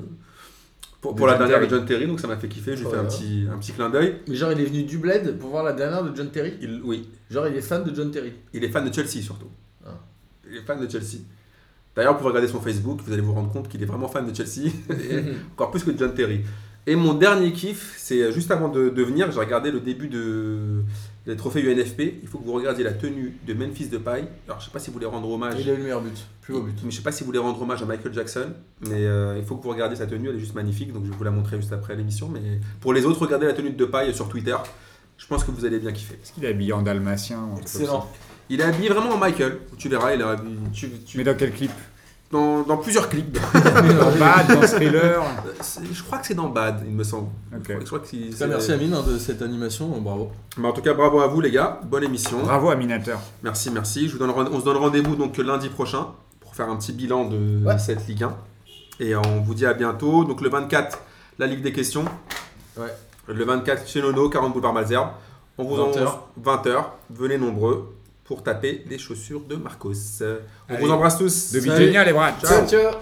Pour, De pour la John dernière de Terry. John Terry, donc ça m'a fait kiffer, j'ai Oh fait là un là. petit, un petit clin d'œil. Mais genre, il est venu du Bled pour voir la dernière de John Terry. Il, oui, Genre, il est fan de John Terry. il est fan de Chelsea surtout. Ah. Il est fan de Chelsea. D'ailleurs, pour regarder son Facebook, vous allez vous rendre compte qu'il est vraiment fan de Chelsea, et encore plus que de John Terry. Et mon dernier kiff, c'est euh, juste avant de, de venir, j'ai regardé le début de, des trophées UNFP. Il faut que vous regardiez la tenue de Memphis Depay. Alors, je sais pas si vous voulez rendre hommage. Il a eu le meilleur but. Plus haut but. Mais je sais pas si vous voulez rendre hommage à Michael Jackson, mais euh, il faut que vous regardiez sa tenue, elle est juste magnifique, donc je vais vous la montrer juste après l'émission. Mais pour les autres, regardez la tenue de paille sur Twitter. Je pense que vous allez bien kiffer. Est-ce qu'il est habillé en dalmatien ou un truc comme ça Excellent. Il est habillé vraiment en Michael. Tu verras, il est habillé- tu- tu- Mais dans quel clip dans, dans plusieurs clips. Dans Bad, dans Thriller Euh, c'est- je crois que c'est dans Bad, il me semble. Ok. Je crois que c'est- En tout cas, c'est- merci Amine hein, de cette animation, bravo. Mais en tout cas, bravo à vous les gars, bonne émission. Bravo à Minator. Merci, merci. Je vous donne, ren- on se donne rendez-vous donc lundi prochain pour faire un petit bilan de Ouais. cette Ligue 1. Et on vous dit à bientôt. Donc le 24, la Ligue des questions. Ouais. Le 24 chez Nono, 40 boulevard Malzerbe. On vous 20 en heures. 20h. Venez nombreux pour taper les chaussures de Marcos. On Allez. vous embrasse tous. De Salut. Bitonia, les bras. Ciao, ciao.